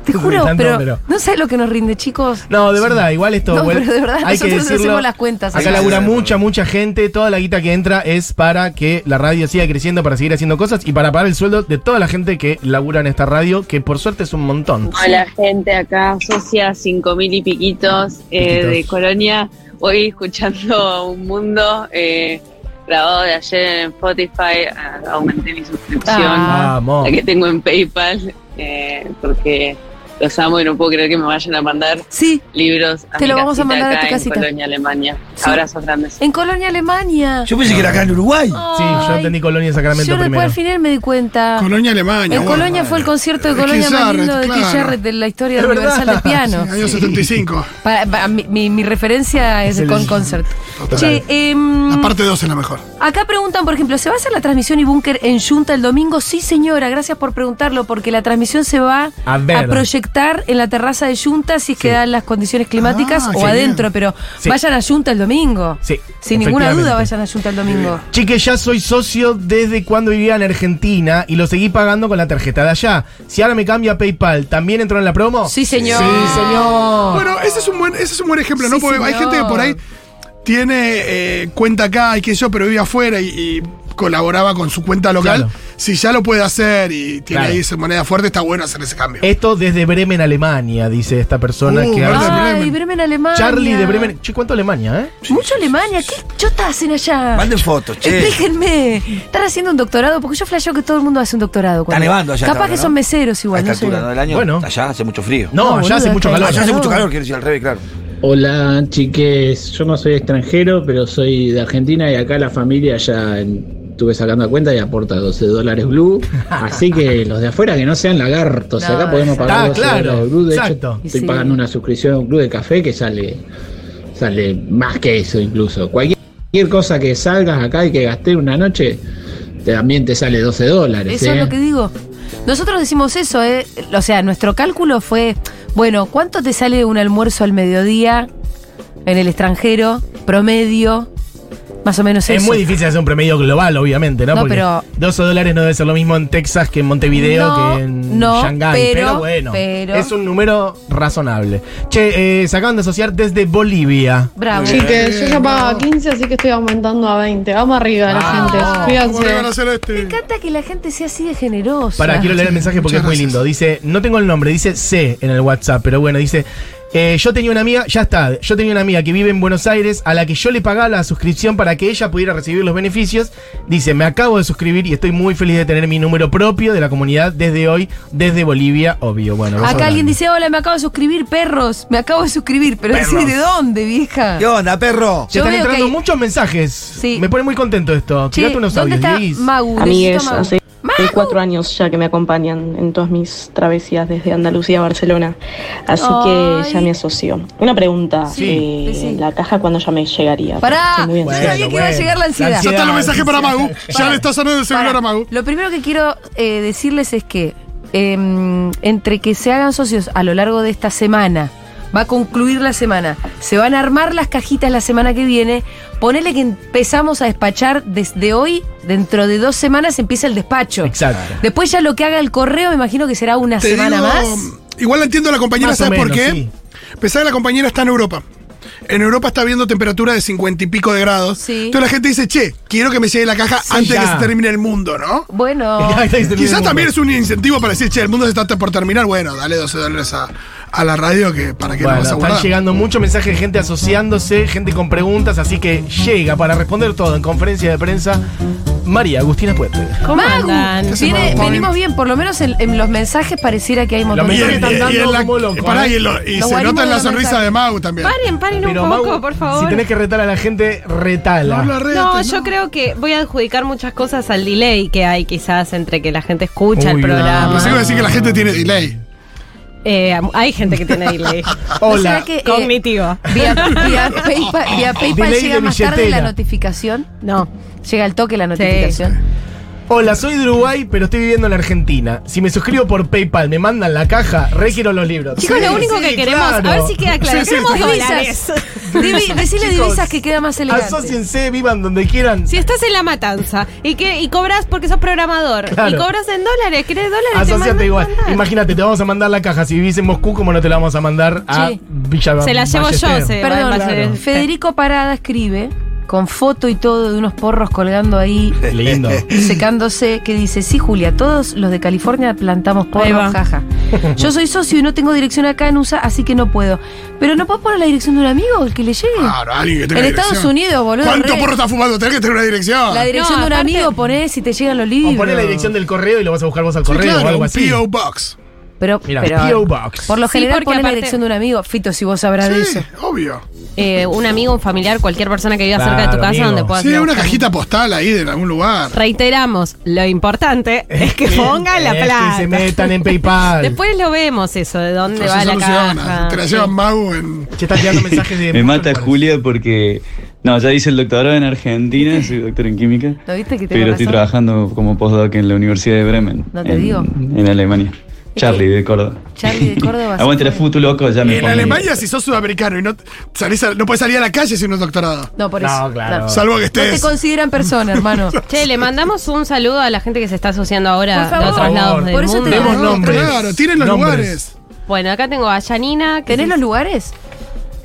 A: Te juro,
D: Tanto,
A: pero,
D: pero-
A: no sabés lo que nos rinde, chicos.
D: No, de verdad, igual esto.
A: No,
D: bueno,
A: pero de verdad, nosotros hacemos las cuentas.
D: Acá
A: Hay que
D: labura
B: hacerlo.
D: mucha, mucha gente. Toda la guita que entra es para que la radio siga creciendo, para seguir haciendo cosas y para pagar el sueldo de toda la gente que labura en esta radio, que por suerte es un montón.
J: Hola gente, acá Socia 5000 y piquitos, eh,
D: Piquitos.
J: de Colonia. Hoy escuchando Un Mundo eh, grabado de ayer en Spotify. Ah, Aumenté mi suscripción,
A: Ah.
D: Vamos.
J: la que tengo en PayPal, eh, porque los amo y no puedo creer que me vayan a mandar
A: Sí,
J: libros a
A: Te
J: mi
A: lo vamos a
J: casita
A: mandar a
J: acá
A: tu casita.
J: en Colonia, Alemania.
A: Sí.
J: Abrazos grandes.
A: en Colonia, Alemania.
B: Yo pensé que era acá en Uruguay.
D: Sí, yo entendí Colonia y Sacramento
A: Yo después
D: primero.
A: al final me di cuenta.
C: Colonia Alemania.
A: Ah. en
C: bueno.
A: Colonia fue el concierto de
C: De
A: Colonia más
C: Keith
A: lindo de
C: Jarrett,
A: Keith
C: claro.
A: Jarrett, de la historia
D: Es
A: universal
D: verdad.
A: del piano.
C: Año 75.
A: Pa- pa- mi, mi- mi referencia es
D: Es
A: el
D: el-
A: Con Concert.
C: Total.
A: Che, em,
C: La parte 2 es la mejor.
A: Acá preguntan, por ejemplo, ¿se va a hacer la transmisión y búnker en Junta el domingo? Sí, señora, gracias por preguntarlo, porque la transmisión se va
D: A ver.
A: proyectar en la terraza de Junta si es que dan las condiciones climáticas
D: Ah,
A: o
D: qué
A: adentro, pero
D: Sí.
A: vayan a Junta el domingo.
D: Sí,
A: Sin ninguna
D: efectivamente.
A: duda vayan a Junta el domingo.
D: Chique, ya soy socio desde cuando vivía en Argentina y lo seguí pagando con la tarjeta de allá. Si ahora me cambia a PayPal, ¿también entró en la promo?
A: Sí, señor.
D: Sí, señor.
C: Bueno, ese es un buen, ese es un buen ejemplo, ¿no?
A: Oh. Sí,
C: Porque hay
A: señor.
C: gente que por ahí tiene eh, cuenta acá y qué sé yo, pero vive afuera y, y colaboraba con su cuenta local.
D: Claro.
C: Si ya lo puede hacer y tiene
D: Claro.
C: ahí su moneda fuerte, está bueno hacer ese cambio.
D: Esto desde Bremen, Alemania, dice esta persona
C: Uh,
D: que
C: ¿verdad?
D: habla.
A: Ay,
C: Bremen.
A: Bremen, Alemania.
D: Charlie de Bremen. Che, ¿cuánto Alemania, eh?
A: Mucho Alemania, ¿qué chota hacen allá?
B: Manden fotos, che.
A: Explíquenme, ¿están haciendo un doctorado? Porque yo flasheo que todo el mundo hace un doctorado.
B: Está nevando allá.
A: Capaz
B: ahora,
A: que
B: ¿no?
A: son meseros
B: A
A: igual,
B: esta
A: no sé.
B: altura ¿no? del año.
D: Bueno.
B: Allá hace mucho frío.
D: No,
A: No,
D: allá hace
A: boludo,
D: mucho
A: está
D: calor.
B: Allá hace
A: calor.
B: mucho calor, quiero decir al revés, claro.
K: Hola chiques, yo no soy extranjero, pero soy de Argentina y acá la familia ya en- estuve sacando a cuenta y aporta 12 dólares blue. Así que los de afuera que no sean lagartos,
A: No,
K: acá podemos
A: exacto.
K: pagar
D: Ah,
K: 12
D: claro,
K: dólares blue. De
D: exacto.
K: hecho, estoy
A: Sí.
K: pagando una suscripción a un club de café que sale, sale más que eso incluso. Cualquier, cualquier cosa que salgas acá y que gastes una noche, te- también te sale 12 dólares.
A: Eso
K: ¿eh?
A: es lo que digo. Nosotros decimos eso, ¿eh? O sea, nuestro cálculo fue, bueno, ¿cuánto te sale un almuerzo al mediodía en el extranjero? Promedio, más o menos
D: Es
A: eso.
D: muy difícil hacer un promedio global, obviamente, ¿no?
A: No,
D: Porque
A: pero-
D: 12 dólares no debe ser lo mismo en Texas que en Montevideo
A: No,
D: que en
A: no,
D: Shanghái.
A: pero,
D: bueno,
A: pero-
D: es un número razonable. Che, eh, se acaban de asociar desde Bolivia.
A: Bravo.
C: Chiques, yo ya pagaba
H: 15, así que estoy aumentando a 20. Vamos arriba,
D: la Vamos. gente.
C: ¿Cómo le van a hacer a este?
A: Me encanta que la gente sea así de generosa.
D: Para, quiero leer el mensaje porque
C: Muchas
D: es muy
C: gracias.
D: lindo. Dice, no tengo el nombre, dice C en el WhatsApp, pero bueno, dice, eh, yo tenía una amiga, ya está, yo tenía una amiga que vive en Buenos Aires a la que yo le pagaba la suscripción para que ella pudiera recibir los beneficios. Dice, me acabo de suscribir y estoy muy feliz de tener mi número propio de la comunidad desde hoy, desde Bolivia, obvio. Bueno, vos
A: Acá
D: hablando.
A: alguien dice, hola, me acabo de suscribir, perros. Me acabo de suscribir, pero
B: Perros.
A: decís, ¿de dónde, vieja?
B: ¿Qué onda, perro?
D: Se
A: yo veo
D: están
A: que
D: entrando
A: hay-
D: muchos mensajes.
A: Sí.
D: Me pone muy contento esto.
A: Che,
D: Tirate unos
A: ¿Dónde
D: audios,
A: está
D: Liz.
A: Magu? Necesito
L: Amigues,
A: Magu.
L: hace hace cuatro años ya que me acompañan en todas mis travesías desde Andalucía a Barcelona. Así
A: Ay.
L: que ya me asocio. Una pregunta.
A: Sí,
L: eh,
A: decí.
L: ¿La caja cuándo ya me llegaría?
A: Pará,
L: Estoy muy
A: yo
L: ansiosa.
A: sabía que iba a
D: bueno.
A: llegar la ansiedad.
C: Ya está
D: Ansiedad.
C: el mensaje para Magu. Ya
A: Para.
C: le está sonando el celular
A: Pará,
C: a Magu.
A: Lo primero que quiero eh, decirles es que eh, entre que se hagan socios a lo largo de esta semana, va a concluir la semana, se van a armar las cajitas la semana que viene, ponele que empezamos a despachar desde hoy, dentro de dos semanas empieza el despacho.
D: Exacto.
A: Después ya lo que haga el correo, me imagino que será una
C: Te
A: semana
C: digo,
A: más.
C: Igual la entiendo a la compañera,
D: Más o
C: ¿sabes por
D: menos,
C: qué?
D: sí.
C: Pensá que la compañera está en Europa. En Europa está viendo temperatura de 50 y pico de grados.
A: Sí.
C: Entonces la gente dice, che, quiero que me llegue la caja antes de que
D: ya.
C: se termine el mundo, ¿no?
A: Bueno,
D: Ya está, dice el
C: Quizás
D: mundo.
C: también es un incentivo para decir, che, el mundo se está por terminar. Bueno, dale 12 dólares a, a la radio que para que
D: Bueno,
C: no vas a
D: están
C: guardar.
D: llegando muchos mensajes de gente asociándose, gente con preguntas, así que llega para responder todo en conferencia de prensa María Agustina Puente.
H: ¿Cómo
A: Magu,
H: andan?
C: ¿Qué hace
A: viene-
C: Magu?
A: venimos bien, por lo menos en, en los mensajes pareciera que hay un montón
C: Y,
D: mensajes
A: de
C: en-
D: están
C: y en
D: dando
C: la-
D: como loco,
C: pará,
D: ¿eh?
C: y en lo- y
A: Los
C: se
A: guarimos
C: nota en la
A: de los
C: sonrisa
A: mensajes.
C: de Mau también.
M: Paren, paren un
D: Pero
M: poco,
D: Mau,
M: por favor.
D: si tenés que retar a la gente, retala.
C: No lo retes,
M: No,
C: no.
M: yo creo que voy a adjudicar muchas cosas al delay que hay quizás entre que la gente escucha
D: Uy,
M: el programa.
C: Ah, Pensé que iba a decir que
D: Ah.
C: la gente tiene delay.
M: Eh, hay gente que tiene delay.
D: Hola.
A: ¿No será que, eh,
M: Cognitivo.
A: Vía, vía PayPal, vía PayPal
D: Delay
A: llega
D: de
A: más tarde la
D: billetera.
A: notificación.
M: No.
A: Llega al toque la notificación.
D: Hola, soy de Uruguay, pero estoy viviendo en la Argentina. Si me suscribo por PayPal, me mandan la caja, requiero los libros.
M: Chicos,
D: Sí,
M: lo único
D: sí,
M: que queremos,
D: claro.
M: a ver si queda claro.
C: Sí, sí,
M: queremos
C: sí.
M: dólares.
A: Divi- decile
D: Chicos,
A: divisas que queda más elegante.
D: Asóciense, vivan donde quieran.
M: Si estás en la matanza y que y cobras porque sos programador
D: Claro.
M: y cobras en dólares, ¿querés dólares? te mandan
D: Asociate igual.
M: mandar.
D: Imagínate, te vamos a mandar la caja. Si vivís en Moscú, ¿cómo no te la vamos a mandar a
A: Sí.
D: Villa
M: Se la llevo yo,
D: Ballesteros?
M: se va-
A: Perdón,
M: va a
D: claro.
M: ser-
A: Federico Parada escribe con foto y todo de unos porros colgando ahí
D: Lindo.
A: secándose que dice, sí Julia, todos los de California plantamos
M: Ahí
A: porros,
M: va.
A: jaja. Yo soy socio y no tengo dirección acá en USA, así que no puedo. Pero no puedo poner la dirección de un amigo, el que le llegue.
C: Claro, alguien que tenga
A: en
C: dirección.
A: Estados Unidos, boludo.
C: ¿Cuánto
A: re.
C: porro está fumando? Tenés que tener una dirección.
A: La dirección
M: No,
A: de un
M: aparte-
A: amigo ponés si te llegan los libros.
D: O poné la dirección del correo y lo vas a buscar vos al
C: Sí,
D: correo o
C: claro,
D: algo
C: un
D: así.
C: P.O. Box.
A: Pero,
D: Mira,
A: pero-
D: P.O. Box.
A: por lo
M: Sí,
A: general
M: porque
A: pones la
M: aparte-
A: dirección de un amigo. Fito, si vos sabrás de
C: Sí,
A: eso.
C: obvio.
M: eh, un amigo, un familiar, cualquier persona que viva cerca de tu
D: Claro,
M: casa
D: amigo.
M: donde puedas
C: Sí,
M: ir a
C: una
M: buscar.
C: cajita postal ahí de algún lugar.
M: Reiteramos, lo importante es que pongan la
D: Esto, Este, y
M: plata.
D: eh, se metan en PayPal.
M: Después lo vemos eso, de dónde
C: No se
M: va la
C: soluciona.
M: caja.
C: Te la llevan Mau en.
D: Che, está tirando mensajes de.
N: Me mata Julia porque No, ya hice el doctorado en Argentina, soy doctor en química,
A: ¿Lo viste que te
N: pero estoy trabajando como postdoc en la Universidad de Bremen,
A: No te
N: en,
A: digo.
N: en Alemania. Charlie de Córdoba.
A: Charlie de Córdoba.
N: Aguante la futu, loco, ya me
C: En
N: pongo.
C: Alemania, si sos sudamericano y no, t- salís a- no puedes salir a la calle sin un doctorado.
A: No, por eso.
C: No. Salvo que estés.
A: No te consideran persona, hermano.
M: Che, le mandamos un saludo a la gente que se está asociando ahora
A: Por favor.
M: de otros lados del
A: Por eso te
M: mundo.
A: digo. Demos nombres.
C: Claro, tienen los
A: Nombres.
C: lugares.
M: Bueno, acá tengo a Yanina.
A: ¿Tenés los lugares?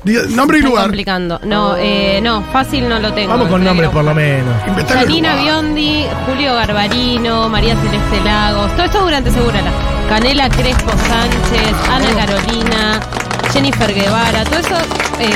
C: Diga- Nombre y
M: Está
C: lugar.
M: complicando. No, eh, no, fácil no lo tengo.
D: Vamos con nombres por lo menos.
M: Janina Biondi, Julio Garbarino, María Celeste Lagos, todo esto durante Segurala. Canela Crespo Sánchez, Ana Carolina, Jennifer Guevara, todo eso eh,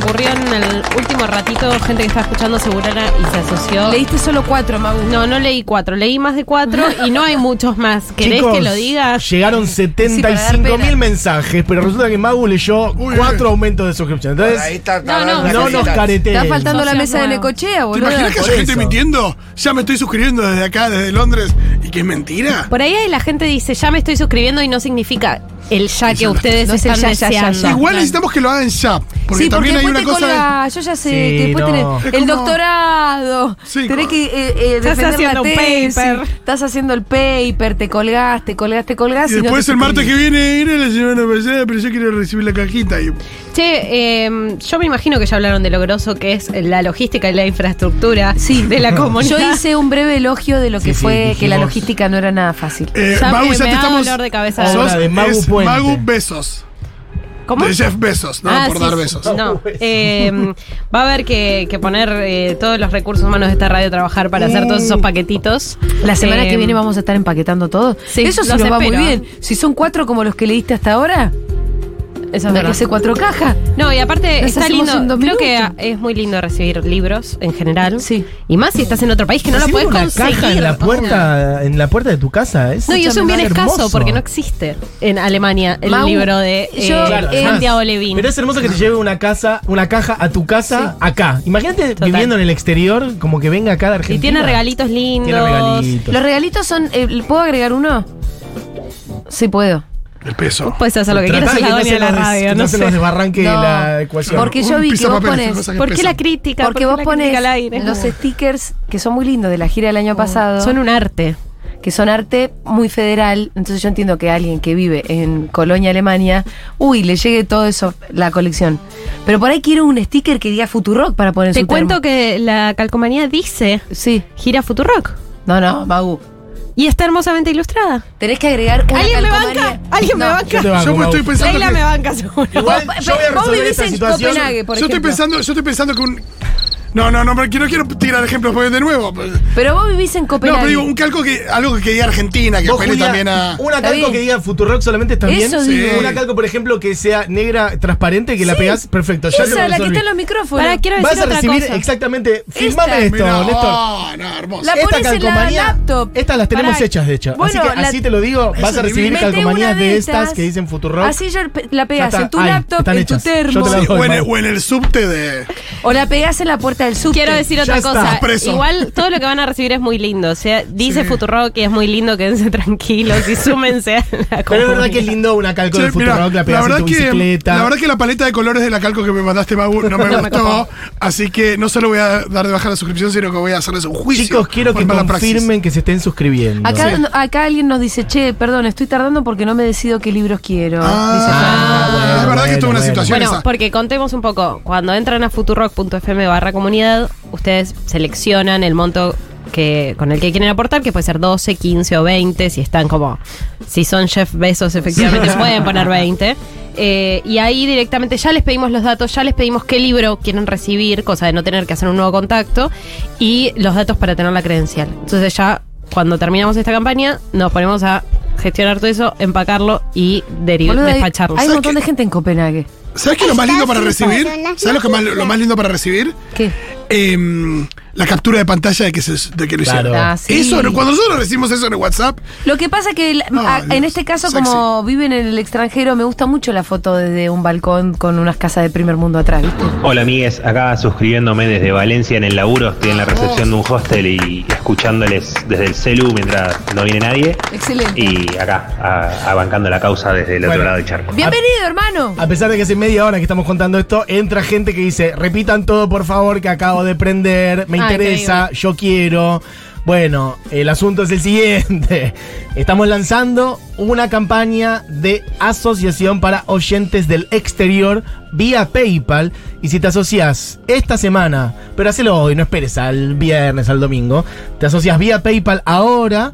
M: ocurrió en el último ratito, gente que está escuchando Segurala y se asoció.
A: Leíste solo cuatro, Magu.
M: No, no leí cuatro, leí más de cuatro y no hay muchos más. ¿Querés
D: Chicos,
M: que lo diga?
D: Llegaron
M: Sí, para
D: 75
M: dar pena.
D: mil mensajes, pero resulta que Magu leyó cuatro aumentos de suscripción. Entonces,
B: Ahí está, está
D: no, eh.
B: hablando la
D: nos
B: cosita.
D: careteen.
A: Está faltando la
M: Socios
A: mesa de
M: nuevos.
A: Necochea,
C: ¿Te
A: boludo.
C: imaginas que haya gente mintiendo? Ya me estoy suscribiendo desde acá, desde Londres, y que es mentira.
M: Por ahí la gente dice, ya me estoy suscribiendo y no significa el ya que ustedes
A: No es el
M: están
A: ya, ya, ya, ya.
M: deseando.
C: Igual necesitamos que lo hagan ya. Porque
A: sí, porque
C: también hay
A: después
C: una
A: te
C: cosa. de-
A: colga, yo ya sé,
C: Sí,
A: que después
C: no.
A: tenés
C: Es
A: el
C: como-
A: doctorado, tenés que eh, eh,
M: Estás
A: defender
M: haciendo
A: la
M: un
A: tesis,
M: paper.
A: estás haciendo el paper, te colgás, te colgás, te colgás.
C: Y
A: no
C: después
A: te
C: el martes que
A: suscribís.
C: viene, era la semana pasada, pero yo quiero recibir la cajita. Y...
M: Che, eh, yo me imagino que ya hablaron de lo groso que es la logística y la infraestructura de la comunidad.
A: Yo hice un breve elogio de lo que
M: Sí, sí,
A: fue que la
M: dijimos.
A: logística no era nada fácil.
C: Eh,
M: Ya
C: Magu,
M: me-
C: ya
M: me
C: te
M: da
C: estamos.
M: dolor de cabeza.
C: sos-
M: Obra de Magu
C: es
D: Puente.
C: Magu Besos.
M: ¿Cómo?
C: De Jeff Besos, no
M: Ah,
C: por
M: sí,
C: dar
M: sí.
C: besos.
M: No, eh, va a haber que, que poner eh, todos los recursos humanos de esta radio a trabajar para hacer todos esos paquetitos.
A: Eh. La semana
M: Eh,
A: que viene vamos a estar empaquetando todo.
M: Sí,
A: Eso sí
M: los
A: nos va muy
M: espero.
A: bien. Si son cuatro como los que leíste hasta ahora,
M: Eso es
A: no hay que
M: verdad.
A: hacer cuatro cajas.
M: No, y aparte
A: Las
M: está
A: hacemos en
M: lindo.
A: dos
M: Creo que
A: minutos.
M: es muy lindo recibir libros en general. Sí. Y más si estás en otro país que no lo
D: Recibir
M: puedes
D: una
M: conseguir.
D: caja en la
M: O sea,
D: puerta, en la puerta de tu casa. Es
M: No, y es un bien
D: Escúchame,
M: escaso
D: hermoso.
M: porque no existe en Alemania el
A: Mau,
M: libro de eh,
A: yo,
D: Claro,
M: eh,
D: además.
M: Santiago Levín.
D: Pero es hermoso que te lleve una casa, una caja a tu casa acá. Imagínate viviendo en el exterior, como que venga acá de Argentina.
M: Y tiene regalitos lindos.
D: Tiene regalitos.
A: Los regalitos son. eh, ¿Puedo agregar uno? Sí, puedo.
C: El peso.
M: Puedes hacer lo que quieras,
D: Tratá de
M: es la
D: que no
M: dueña
D: se
M: de la
D: nos des-
M: radio.
D: que no se nos
M: sé.
D: desbarranque
A: No,
D: la ecuación.
A: Porque yo
C: Un
A: vi que vos
C: pisapapeles,
A: pones.
C: cosas que
M: ¿Por qué
C: pesan.
M: la crítica?
A: Porque
M: ¿Por
A: vos
M: qué la
A: pones
M: crítica al aire? Oh.
A: los stickers que son muy lindos de la gira del año pasado.
M: Son un arte.
A: que son arte muy federal, entonces yo entiendo que alguien que vive en Colonia, Alemania, uy, le llegue todo eso, la colección. Pero por ahí quiero un sticker que diga Futurock para poner en
M: Te
A: su
M: cuento
A: termo.
M: que la calcomanía dice
A: Sí.
M: Gira Futurock.
A: No, no, Magu.
M: Y está hermosamente ilustrada.
A: Tenés que agregar una
M: ¿Alguien me
A: calcomanía.
M: banca? ¿Alguien me
A: No.
M: banca?
D: Yo te banco,
C: Yo me
D: Mau.
C: estoy pensando.
M: Leila
C: que-
M: me banca seguro.
D: Igual,
A: Vos-
D: yo voy
A: vos
D: a resolver
A: vivís
D: esta
A: en
D: situación.
A: Copenhague, por
C: yo estoy
A: ejemplo.
C: pensando, yo estoy pensando que un. No, no, no, pero quiero, quiero tirar ejemplos porque de nuevo. pues-
A: Pero vos vivís en
C: No,
A: Copenhague.
C: pero digo, un calco que. algo que diga Argentina, que
D: Vos,
C: apele
D: Julia,
C: también a.
D: Una
A: Está
D: calco
A: bien.
D: que diga Futurock solamente está bien.
A: Eso digo.
D: Una calco, por ejemplo, que sea negra transparente, que la
A: Sí.
D: pegás, perfecto. Ya te
A: Esa,
D: lo
A: la que
D: resolví.
A: está en los micrófonos.
M: Pará, quiero
D: Vas
M: decir
D: a
M: otra
D: recibir
M: cosa.
D: exactamente. Filmame esto,
C: Mirá,
D: Néstor.
C: oh, no, hermoso.
A: La pones en la laptop.
D: Estas las tenemos
A: Pará.
D: hechas, de hecho. así
A: Bueno,
D: que
A: la-
D: así te lo digo, vas a
C: es
D: recibir
C: divino.
A: Mete
D: calcomanías
A: una
D: de, estas que dicen Futurock.
A: Así yo pe- la pegás
D: Ya está,
A: en tu
D: ahí,
A: laptop,
D: están
A: en
D: hechas.
A: tu
D: Yo te
A: termo.
D: las doy,
C: o, en el,
D: Mau.
C: o en el subte de.
A: O la pegás en la puerta del subte.
M: Quiero decir
D: Ya
M: otra
D: está.
M: cosa.
D: Estás preso.
M: Igual todo lo que van a recibir es muy lindo. O sea, dice
C: Sí.
M: Futurock que es muy lindo, quédense tranquilos y súmense a la
D: Pero es verdad
M: comunidad.
D: que es lindo una calco
C: Che,
D: de
C: mirá,
D: Futurock, la pegas en tu
C: que,
D: bicicleta.
C: la verdad que la paleta de colores de la calco que me mandaste, Magu, no me gustó. así que no solo voy a dar de baja la suscripción, sino que voy a hacerles un juicio.
D: Chicos, quiero
C: por
D: que
C: mala praxis.
D: confirmen que se estén suscribiendo.
A: Acá, acá alguien nos dice, che, perdón, estoy tardando porque no me decido qué libros quiero. dice
C: Ah,
A: Fran.
D: bueno,
C: es verdad que
D: bueno,
C: esto es una
D: bueno.
C: situación
M: Bueno,
C: esa.
M: porque contemos un poco. Cuando entran a futurock.fm barra comunidad, ustedes seleccionan el monto que con el que quieren aportar, que puede ser 12, 15 o 20, si están como, si son Jeff Bezos, efectivamente pueden poner 20. Eh, y ahí directamente ya les pedimos los datos, ya les pedimos qué libro quieren recibir, cosa de no tener que hacer un nuevo contacto, y los datos para tener la credencial. Entonces ya cuando terminamos esta campaña, nos ponemos a gestionar todo eso, empacarlo y derivar,
A: Boludo, hay-
M: despacharlo.
A: Hay un
C: ¿Sabes
A: montón
C: qué?
A: de gente en Copenhague.
C: ¿Sabes qué es lo más lindo para recibir? ¿Sabes lo, que más, lo más lindo para recibir?
A: ¿Qué?
C: Em, la captura de pantalla de que, se, de que lo
A: Claro.
C: hicieron.
A: Ah, sí.
C: Eso, no- cuando nosotros recibimos eso en el WhatsApp,
A: Lo que pasa que el- a- en este caso,
C: sexy.
A: como viven en el extranjero, me gusta mucho la foto desde un balcón con unas casas de primer mundo atrás, ¿viste?
O: Hola amigues, acá suscribiéndome desde Valencia en el laburo, estoy en la recepción de un hostel y escuchándoles desde el celu mientras no viene nadie.
A: Excelente.
O: Y acá, a- abancando la causa desde el
D: Bueno.
O: otro lado del charco.
A: Bienvenido, hermano.
D: A pesar de que hace media hora que estamos contando esto, entra gente que dice, repitan todo por favor que acabo de prender, me
P: Ah,
D: interesa, yo quiero. Bueno, el asunto es el siguiente. Estamos lanzando una campaña de asociación para oyentes del exterior vía PayPal. Y si te asocias esta semana, pero hacelo hoy, no esperes al viernes, al domingo, te asocias vía PayPal ahora.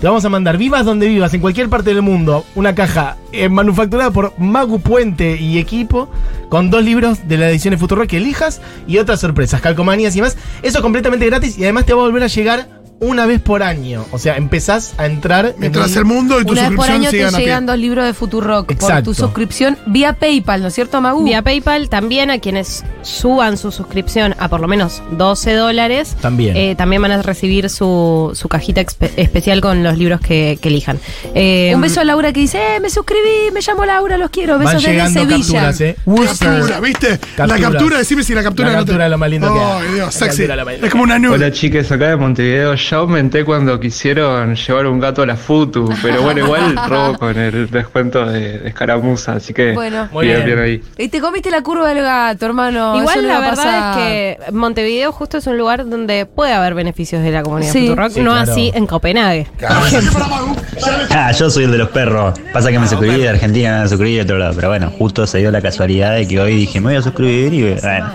D: Te vamos a mandar, vivas donde vivas, en cualquier parte del mundo, una caja eh, manufacturada por Magu Puente y equipo, con dos libros de la edición de Futuro que elijas y otras sorpresas, calcomanías y demás. Eso es completamente gratis y además te va a volver a llegar una vez por año. O sea, empezás a entrar.
C: oh, Mientras el mundo
A: Una vez por año te
D: sigan a pie.
A: llegan dos libros de Futurock por
D: Exacto.
A: tu suscripción vía PayPal, ¿no es cierto, Magu?
M: Vía PayPal también a quienes suban su suscripción a por lo menos 12 dólares.
D: También.
M: eh, también van a recibir su, su cajita expe- especial con los libros que, que elijan. Eh,
A: Un beso a Laura que dice, eh, me suscribí, me llamo Laura, los quiero.
M: Van
A: Besos desde
M: llegando
A: Sevilla.
M: capturas, eh.
D: Worcester.
C: captura, ¿viste?
D: Capturas.
C: La captura, decime si la captura
D: La
C: no te-
D: captura es lo más lindo que hay.
C: Ay, Dios,
D: La
C: sexy.
D: captura es lo más lindo
C: Es como una nube.
Q: Hola chicas, acá de Montevideo. Ya aumenté cuando quisieron llevar un gato a la Futu, pero bueno, igual robo con el descuento de, de escaramuza, así que
A: Bueno. Muy
Q: bien,
A: bien.
Q: bien ahí.
A: Y te comiste la curva del gato, hermano. Eso
M: Igual
A: le
M: la
A: va a
M: verdad
A: pasar.
M: es que Montevideo justo es un lugar donde puede haber beneficios de la comunidad
A: Sí.
M: Futurock,
A: Sí,
M: no
A: claro.
M: así en Copenhague.
R: Ah, yo soy el de los perros. Pasa
A: Ah,
R: que me suscribí de Argentina, me suscribí de otro lado. Pero bueno, justo se dio la casualidad de que hoy dije, me voy a suscribir y bueno.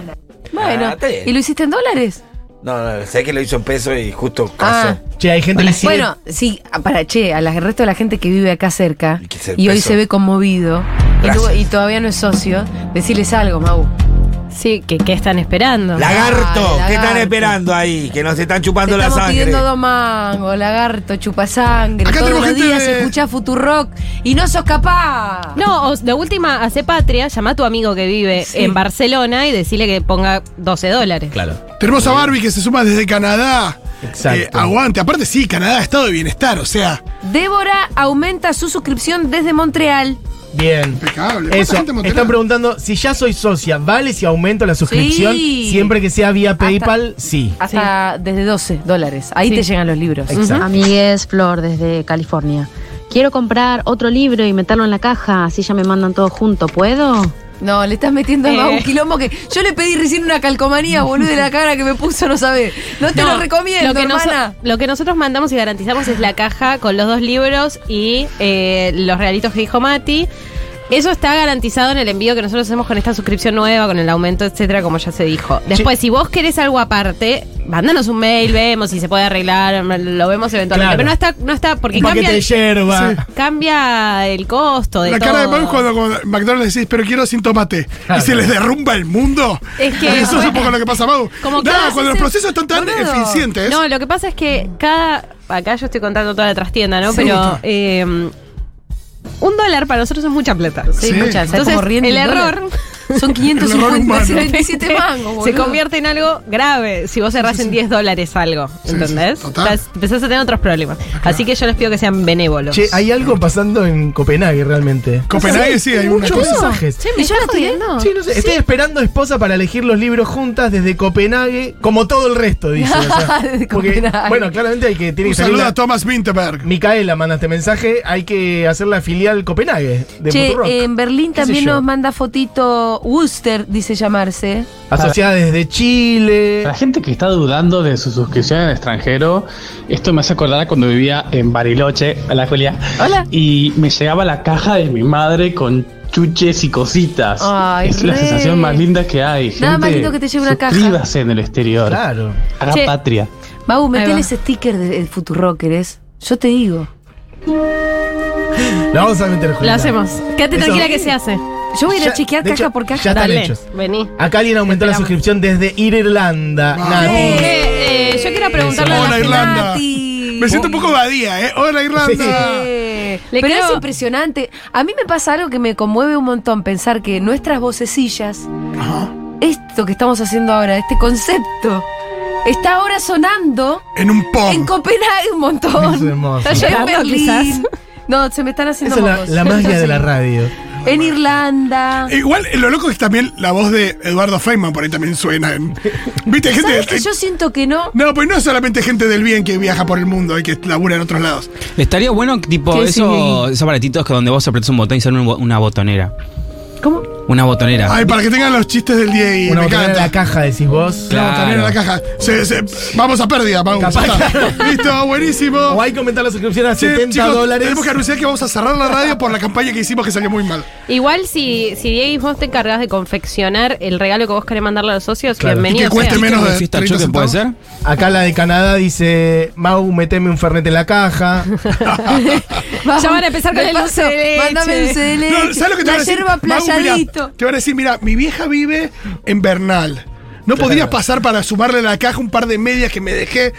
A: Bueno,
B: Ah, está bien.
A: ¿y lo hiciste en dólares?
B: No, no, sé que lo hizo en peso y justo
A: Ah.
B: caso.
D: Che, hay gente que
A: Bueno, sí, para che, al resto de la gente que vive acá cerca
B: se
A: y hoy
B: empezó.
A: se ve conmovido y
B: Gracias.
A: luego- y, todavía no es socio, decirles algo, Mau.
M: Sí, que qué están esperando.
B: Lagarto,
A: Ay,
B: ¿qué están
A: lagarto.
B: esperando ahí? Que nos están
A: Te
B: chupando la
A: estamos
B: sangre.
A: pidiendo dos mangos, lagarto, chupasangre.
C: Acá
A: Todos
C: tenemos
A: los
C: gente
A: días
C: de-
A: escuchás Futurock y no sos capaz.
M: No, o de última, hace patria, llama a tu amigo que vive
A: Sí.
M: en Barcelona y decirle que ponga 12 dólares.
D: Claro.
C: Tenemos a Barbie que se suma desde Canadá.
D: Exacto.
C: Eh, aguante. Aparte, sí, Canadá, estado de bienestar, o sea.
A: Débora aumenta su suscripción desde Montreal.
D: Bien.
C: Impecable. ¿Cuánta
D: Eso,
C: gente motelada?
D: están preguntando si ya soy socia, ¿vale si aumento la suscripción?
A: Sí.
D: Siempre que sea vía PayPal, sí.
A: Hasta desde 12 dólares. Ahí
G: Sí.
A: te llegan los libros.
G: Ujú. Amigues Flor desde California. Quiero comprar otro libro y meterlo en la caja, así ya me mandan todo junto, ¿puedo?
A: No, le estás metiendo a
G: Eh.
A: Mau un quilombo que. Yo le pedí recién una calcomanía, boludo, de la cara que me puso, no sabe. No te
M: No,
A: lo recomiendo,
M: que noso-
A: hermana.
M: lo que nosotros mandamos y garantizamos es la caja con los dos libros y eh, los regalitos que dijo Mati. Eso está garantizado en el envío que nosotros hacemos con esta suscripción nueva, con el aumento, etcétera, como ya se dijo. Después, si vos querés algo aparte, mándanos un mail, vemos si se puede arreglar, lo vemos eventualmente.
D: Claro.
M: Pero no está, no está, porque
D: Un
M: cambia.
D: paquete de yerba. Sí.
M: Cambia el costo de
C: La cara de
M: todo.
C: Mau es cuando, cuando McDonald's decís, pero quiero sin tomate.
D: Claro.
C: Y se les derrumba el mundo.
M: Es que-
C: Eso es un poco lo que pasa, Mau.
M: Como
C: Nada,
M: cada
C: cuando los
M: sesen-
C: procesos están tan
M: Boludo.
C: eficientes.
M: No, lo que pasa es que cada. Acá yo estoy contando toda la trastienda, ¿no?
A: Sí.
M: Pero. eh, un dólar para nosotros es mucha plata.
A: Sí, Sí. mucha, ¿sabes
M: Entonces,
A: cómo ríen
M: el
A: del
M: error.
A: Son
M: de
A: 557 mangos, boludo.
M: Se convierte en algo grave si vos cerrás en 10 dólares algo. ¿Entendés? Estás- empezás a tener otros problemas. Así que yo les pido que sean benévolos.
D: Che, hay algo pasando en Copenhague realmente.
C: Copenhague, sí, hay una
D: muchos
C: cosa.
D: mensajes.
M: Che, me
A: ¿Y yo
M: está
A: la tiré?
M: jodiendo.
D: Sí, no sé, Estoy esperando esposa para elegir los libros juntas desde Copenhague, como todo el resto, dice. o sea,
C: Desde
D: porque,
C: Copenhague.
D: bueno, claramente hay que tiene
C: Un
D: que salir
C: saludo
D: la-
C: a Thomas Winterberg.
D: Micaela manda este mensaje, hay que hacer la filial Copenhague de
A: Che, eh,
D: Futurock.
A: en Berlín
D: ¿Qué sé
A: también
D: yo?
A: nos manda fotito Wooster, dice llamarse.
D: Asociada desde Chile.
E: La gente que está dudando de su suscripción en el extranjero, esto me hace acordar a cuando vivía en Bariloche, hola Julia.
A: Hola.
E: Y me llegaba la caja de mi madre con chuches y cositas.
A: Ay,
E: es la
A: re.
E: sensación más linda que hay.
A: Nada más
E: Gente,
A: lindo que te lleve una caja.
E: suscríbase en el exterior.
D: Claro.
E: Haga
A: Che.
E: patria.
A: Mau, metele ese sticker de, de Futurockers. Yo te digo.
D: La vamos a meter
M: Lo
D: Julieta.
M: hacemos. Quédate
D: Eso.
M: tranquila que se hace.
A: Yo voy a ir
D: Ya-
A: a chequear
D: de
A: caja
D: hecho,
A: por caja.
D: ya están
A: Dale.
D: hechos.
M: Vení.
D: Acá alguien aumentó la
M: Esperamos.
D: suscripción desde Irlanda. Nadie.
M: Eh, eh, yo quiero preguntarle a
C: Hola,
M: la gente-
C: Irlanda. Me siento un poco badía, ¿eh? Hola, Irlanda.
A: Eh,
M: Le
A: Pero
M: creo-
A: es impresionante. A mí me pasa algo que me conmueve un montón pensar que nuestras vocecillas, esto que estamos haciendo ahora, este concepto, Está ahora sonando.
C: En un pom.
A: En Copenhague un montón.
D: Es hermoso.
A: Está allá en
D: Chicago,
A: Berlín.
D: quizás.
A: No, se me están haciendo
D: Esa es la,
A: mocos.
D: la magia de la radio.
A: En Irlanda.
C: Igual, eh, lo loco es también la voz de Eduardo Feynman por ahí también suena. en- ¿Viste? hay Gente
A: ¿Sabes
C: que-
A: que yo siento que no?
C: No, pues no es solamente gente del bien que viaja por el mundo y que labura en otros lados.
F: Estaría bueno, tipo,
C: ¿Qué
F: eso, esos aparatitos que donde vos apretás un botón y sale un bo- una botonera.
A: ¿Cómo?
F: Una botonera.
C: Ay, para que tengan los chistes del día y
D: Ah. Una
C: me
D: botonera en
C: encanta.
D: la caja, decís vos.
C: Claro. También en la caja. Se- se- vamos a pérdida, vamos.
D: Capaz,
C: Ya está.
D: claro.
C: Listo, buenísimo.
D: O hay que aumentar la suscripción a
C: Sí,
D: 70
C: chicos,
D: dólares.
C: Tenemos que anunciar que vamos a cerrar la radio por la campaña que hicimos que salió muy mal.
M: Igual si, si Diego vos te encargás de confeccionar el regalo que vos querés mandarle a los socios,
D: Claro.
M: bienvenido. sea.
D: Acá la de Canadá dice, Mau, meteme un fernet en la caja.
M: Ya van a empezar con el dulce de leche.
A: Mándame dulce de leche.
C: No, ¿Sabes lo que te
A: La
C: van a decir?
A: yerba
C: Magu, mirá,
A: playadito.
C: Te van a decir, mira, mi vieja vive en Bernal. No podías pasar para sumarle a la caja un par de medias que me dejé.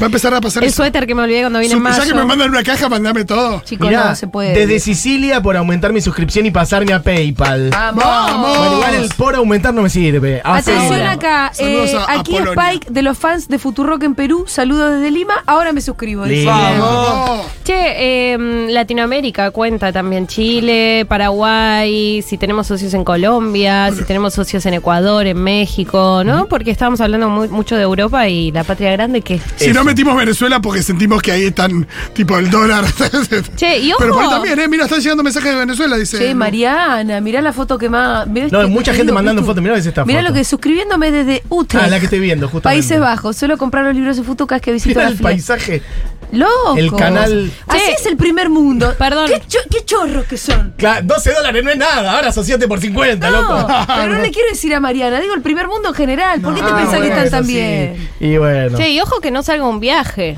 C: Va a empezar a pasar
M: El
C: eso.
M: suéter que me olvidé cuando vine en
C: Sup-
M: mayo.
C: Ya que me mandan una caja, mandame todo.
M: Chicos,
D: Mirá,
M: no se puede.
D: Desde Sicilia por aumentar mi suscripción y pasarme a PayPal.
C: Ah,
A: ¡Vamos!
D: Bueno, igual el por aumentar no me sirve. A
A: Atención
D: Paypal.
A: acá.
C: Saludos
A: eh,
C: a- a
A: aquí
C: Polonia.
A: Spike de los fans de Futurock en Perú. Saludos desde Lima. Ahora me suscribo. dice.
D: Lindo. ¡Vamos!
M: Che, em, Latinoamérica cuenta también Chile, Paraguay, si tenemos socios en Colombia, si tenemos socios en Ecuador, en México, ¿no? Porque estábamos hablando mu- mucho de Europa y la patria grande que...
C: Si no metimos Venezuela porque sentimos que ahí están, tipo, el dólar.
M: Che, y ojo.
C: Pero por ahí también, ¿eh? Mira, están llegando mensajes de Venezuela, dice.
A: Che, Mariana, mirá la foto que más. mirá
D: No,
A: este-
D: hay mucha
A: te
D: gente
A: digo,
D: mandando
A: Pitu.
D: fotos. Mirá, es esta
A: Mirá
D: foto.
A: lo que suscribiéndome desde Utrecht.
D: Ah, la que estoy viendo, justamente.
A: Países Bajos. Suelo comprar los libros de futucas que visito
D: Mirá
A: la
D: el
A: fila.
D: paisaje.
A: ¡Loco!
D: el canal-
A: Así
M: Che.
A: es el primer mundo.
M: Perdón.
A: ¿Qué, cho- qué chorros que son?
D: Claro, 12 dólares no es nada, ahora asociate por 50,
A: No,
D: loco.
A: pero no le quiero decir a Mariana, digo el primer mundo en general. ¿Por qué te
D: Ah,
A: pensás que
D: bueno,
A: están
D: eso
A: tan
D: sí.
A: bien?
D: Y bueno.
M: Che, y ojo que no salga un viaje.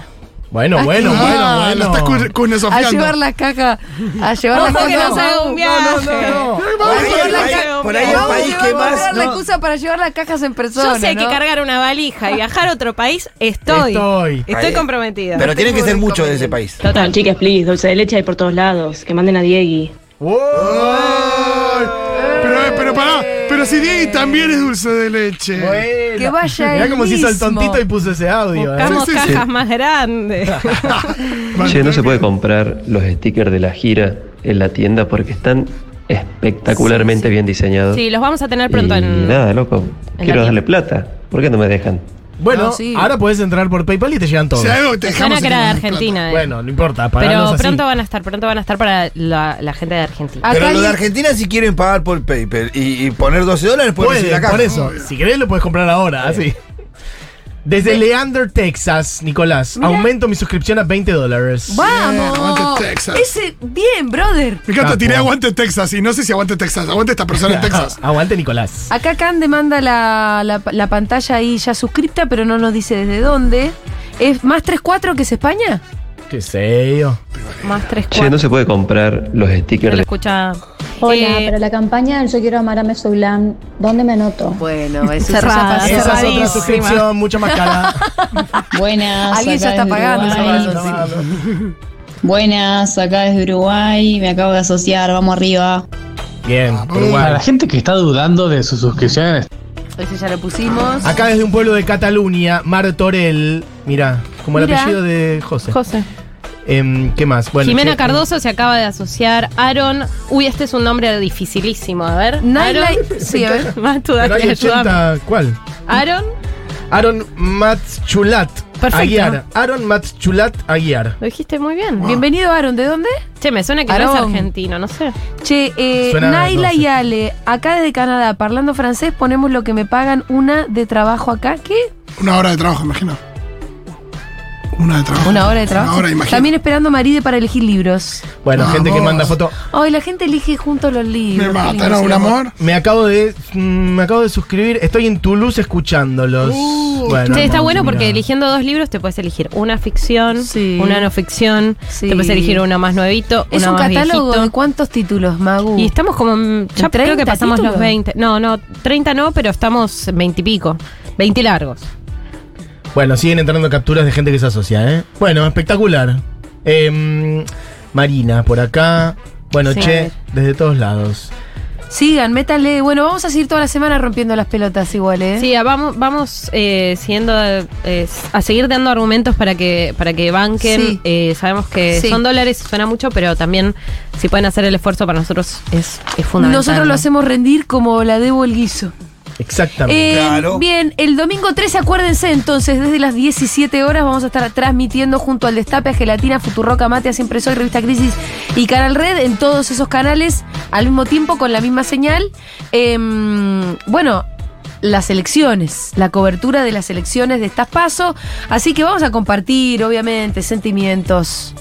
D: Bueno, bueno,
C: Ah,
D: bueno,
C: lo estás
D: bueno.
C: cu- cunesofiando.
A: A llevar las cajas. A llevar las
M: Ojo que
A: cajas.
M: no salga un viaje.
A: Vamos a
M: Por ahí
A: llevar
M: el
A: las
M: país-
A: cajas.
M: por ahí el
A: Vamos a
M: país que
A: llevar
M: más-
A: la
M: no.
A: excusa para llevar las cajas en persona.
M: Yo sé que
A: ¿no?
M: cargar una valija y viajar a otro país, estoy.
D: Estoy.
M: Estoy
B: Ahí.
M: comprometida.
B: Pero tienen que ser muchos de ese país.
L: Total, chicas, please, dulce de leche hay por todos lados. Que manden a Diegui.
C: Ay, Pero, eh, pero pará, pero si Diego también es dulce de leche.
D: Bueno.
A: Que vaya
D: Mirá
A: él
D: como se hizo el
A: mismo.
D: tontito y puso ese audio. eh.
M: Buscamos
C: Sí, sí, sí.
M: cajas más grandes.
P: Che, no se puede comprar los stickers de la gira en la tienda porque están espectacularmente bien diseñados.
M: Sí, los vamos a tener
P: Y
M: pronto en.
P: nada, loco.
M: la
P: Quiero
M: tienda.
P: darle plata. ¿Por qué no me dejan?
D: Bueno,
M: No, sí.
D: ahora podés entrar por PayPal y te llegan todos.
C: Si algo te
M: Suena
C: dejamos
M: que era de
C: en-
M: Argentina. eh.
D: Bueno, no importa, paganos
M: Pero
D: así. Ah,
M: pronto van a estar, pronto van a estar para la, la gente de Argentina.
A: Acá
B: Pero los de
A: hay-
B: Argentina si quieren pagar por PayPal y, y poner 12 dólares pueden
D: Puede,
B: recibir la caja.
D: por eso. Si querés lo puedes comprar ahora, así. Desde Leander, Texas, Nicolás. Aumento mi suscripción a 20 dólares.
C: Bien,
A: ¡Vamos!
C: aguante Texas.
A: Ese, bien, brother.
C: Me encanta,
D: Capo.
C: tiré aguante Texas y no sé si aguante Texas. Aguante esta persona en Texas.
D: Aguante, Nicolás.
A: Acá Cande manda la, la- la pantalla ahí ya suscripta, pero no nos dice desde dónde. ¿Es más 3-4 que es España?
D: Qué sé yo.
M: Más tres
P: Che, no
M: cuatro.
P: se puede comprar los stickers de
M: Escucha.
S: Hola,
M: Eh,
S: para la campaña Yo quiero amar a Mesoulán, ¿dónde me anoto?
A: Bueno, eso ya
M: Cerrada,
A: pasó.
D: Esa es otra
M: cerradísima.
D: suscripción mucho más cara.
S: Ah, Buenas.
A: Alguien
S: acá
A: ya está
S: desde
A: pagando esa
S: Uruguay.
A: mano, sí.
S: Buenas, acá desde Uruguay, me acabo de asociar, vamos arriba.
D: Bien,
E: Para
D: Uruguay.
E: la gente que está dudando de sus suscripciones,
A: Ese ya lo pusimos.
D: Acá desde un pueblo de Cataluña, Mar Torel. Mira, como el
A: Mirá.
D: apellido de José.
M: José.
D: Em, ¿Qué más? Bueno,
M: Jimena
D: che,
M: Cardoso se acaba de asociar. Aaron. Uy, este es un nombre dificilísimo. A ver.
A: Naila-
M: Aaron.
A: sí, a ver.
M: Matu,
D: pero
M: dale,
D: hay
M: ayúdame.
D: 80, ¿Cuál?
M: Aaron.
D: Aaron Matchulat
M: Perfecto.
D: Aguiar. Aaron Matchulat Aguiar.
M: Lo dijiste muy bien. Bien-
A: Bienvenido, Aaron. ¿De dónde?
M: Che, me suena que no es
A: Aarón.
M: argentino, no sé.
A: Che, eh,
D: Suena-
A: Naila
D: no sé.
A: y Ale, acá desde Canadá, parlando francés, ponemos lo que me pagan una de trabajo acá. ¿Qué?
C: Una hora de trabajo, imagino. Una de trabajo.
A: Una hora de trabajo.
C: Una hora, imagino.
A: También esperando a Maride para elegir libros.
D: Bueno,
C: Vamos.
D: gente que manda foto.
A: Ay, la gente elige juntos los libros.
C: Me
A: Qué lindo
C: mataron
A: ese
C: un
A: amor.
C: amor.
D: Me acabo de mm, me acabo de suscribir. Estoy en Toulouse escuchándolos.
C: Uh,
D: bueno,
M: Che, está
D: vamos,
M: bueno porque
D: mira.
M: eligiendo dos libros te puedes elegir una ficción,
A: Sí.
M: una no ficción,
A: Sí.
M: te puedes elegir uno más nuevito,
A: Es
M: uno
A: un
M: más
A: catálogo
M: viejito.
A: de cuántos títulos, Magu.
M: Y estamos como. en- Ya
A: ¿En 30
M: creo que pasamos
A: títulos?
M: los 20. No, no, 30 no, pero estamos en 20 y pico. 20 largos.
D: Bueno, siguen entrando capturas de gente que se asocia, ¿eh? Bueno, espectacular. Em, Marina, por acá. Bueno,
M: Sí, a
D: che,
M: ver.
D: desde todos lados.
A: Sigan, métanle. Bueno, vamos a seguir toda la semana rompiendo las pelotas igual, ¿eh?
M: Sí, a- vamos, vamos eh, siguiendo, eh, a seguir dando argumentos para que, para que banquen.
A: Sí.
M: Eh, sabemos que
A: Sí.
M: son dólares, suena mucho, pero también si pueden hacer el esfuerzo para nosotros es, es fundamental.
A: Nosotros lo hacemos rendir como la debo el guiso.
D: Exactamente.
A: Eh, Bien, el domingo 13, acuérdense entonces, desde las 17 horas vamos a estar transmitiendo junto al Destape, a Gelatina, Futuroca, Mate, a Siempre Soy, Revista Crisis y Canal Red en todos esos canales al mismo tiempo con la misma señal. Em, bueno. Las elecciones, la cobertura de las elecciones de estas pasos. Así que vamos a compartir, obviamente, sentimientos.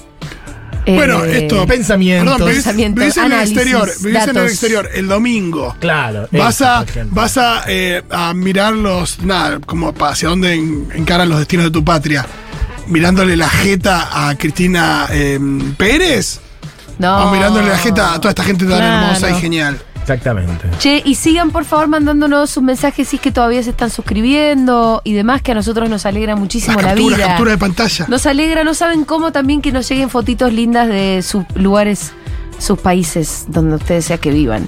C: Bueno,
A: eh,
C: esto.
D: Pensamientos.
C: Perdón, vivís,
A: Pensamientos,
C: vivís en
A: análisis,
C: el exterior. Vivís en el
A: datos.
C: exterior. El domingo.
D: Claro.
C: Vas
D: eso,
C: a,
D: por ejemplo.
C: vas a, eh, a mirar los. Nada, como pa- hacia dónde en- encaran los destinos de tu patria. Mirándole la jeta a Cristina eh, Pérez.
A: No.
C: O mirándole la jeta a toda esta gente tan
A: Claro.
C: hermosa y genial.
D: Exactamente.
A: Che, y sigan por favor mandándonos sus mensajes si es que todavía se están suscribiendo y demás, que a nosotros nos alegra muchísimo la,
C: captura,
A: vida.
C: captura de pantalla.
A: Nos alegra, no saben cómo también que nos lleguen fotitos lindas de sus lugares, sus países, donde ustedes sea que vivan.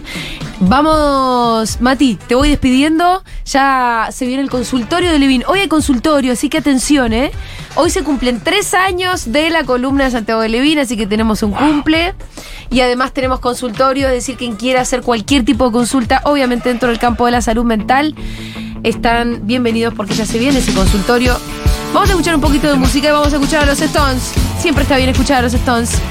A: Vamos, Mati, te voy despidiendo. Ya se viene el consultorio de Levin. Hoy hay consultorio, así que atención, ¿eh? Hoy se cumplen tres años de la columna de Santiago de Levin, así que tenemos un cumple. Y además tenemos consultorio, es decir, quien quiera hacer cualquier tipo de consulta, obviamente dentro del campo de la salud mental, están bienvenidos porque ya se viene ese consultorio. Vamos a escuchar un poquito de música y vamos a escuchar a los Stones. Siempre está bien escuchar a los Stones.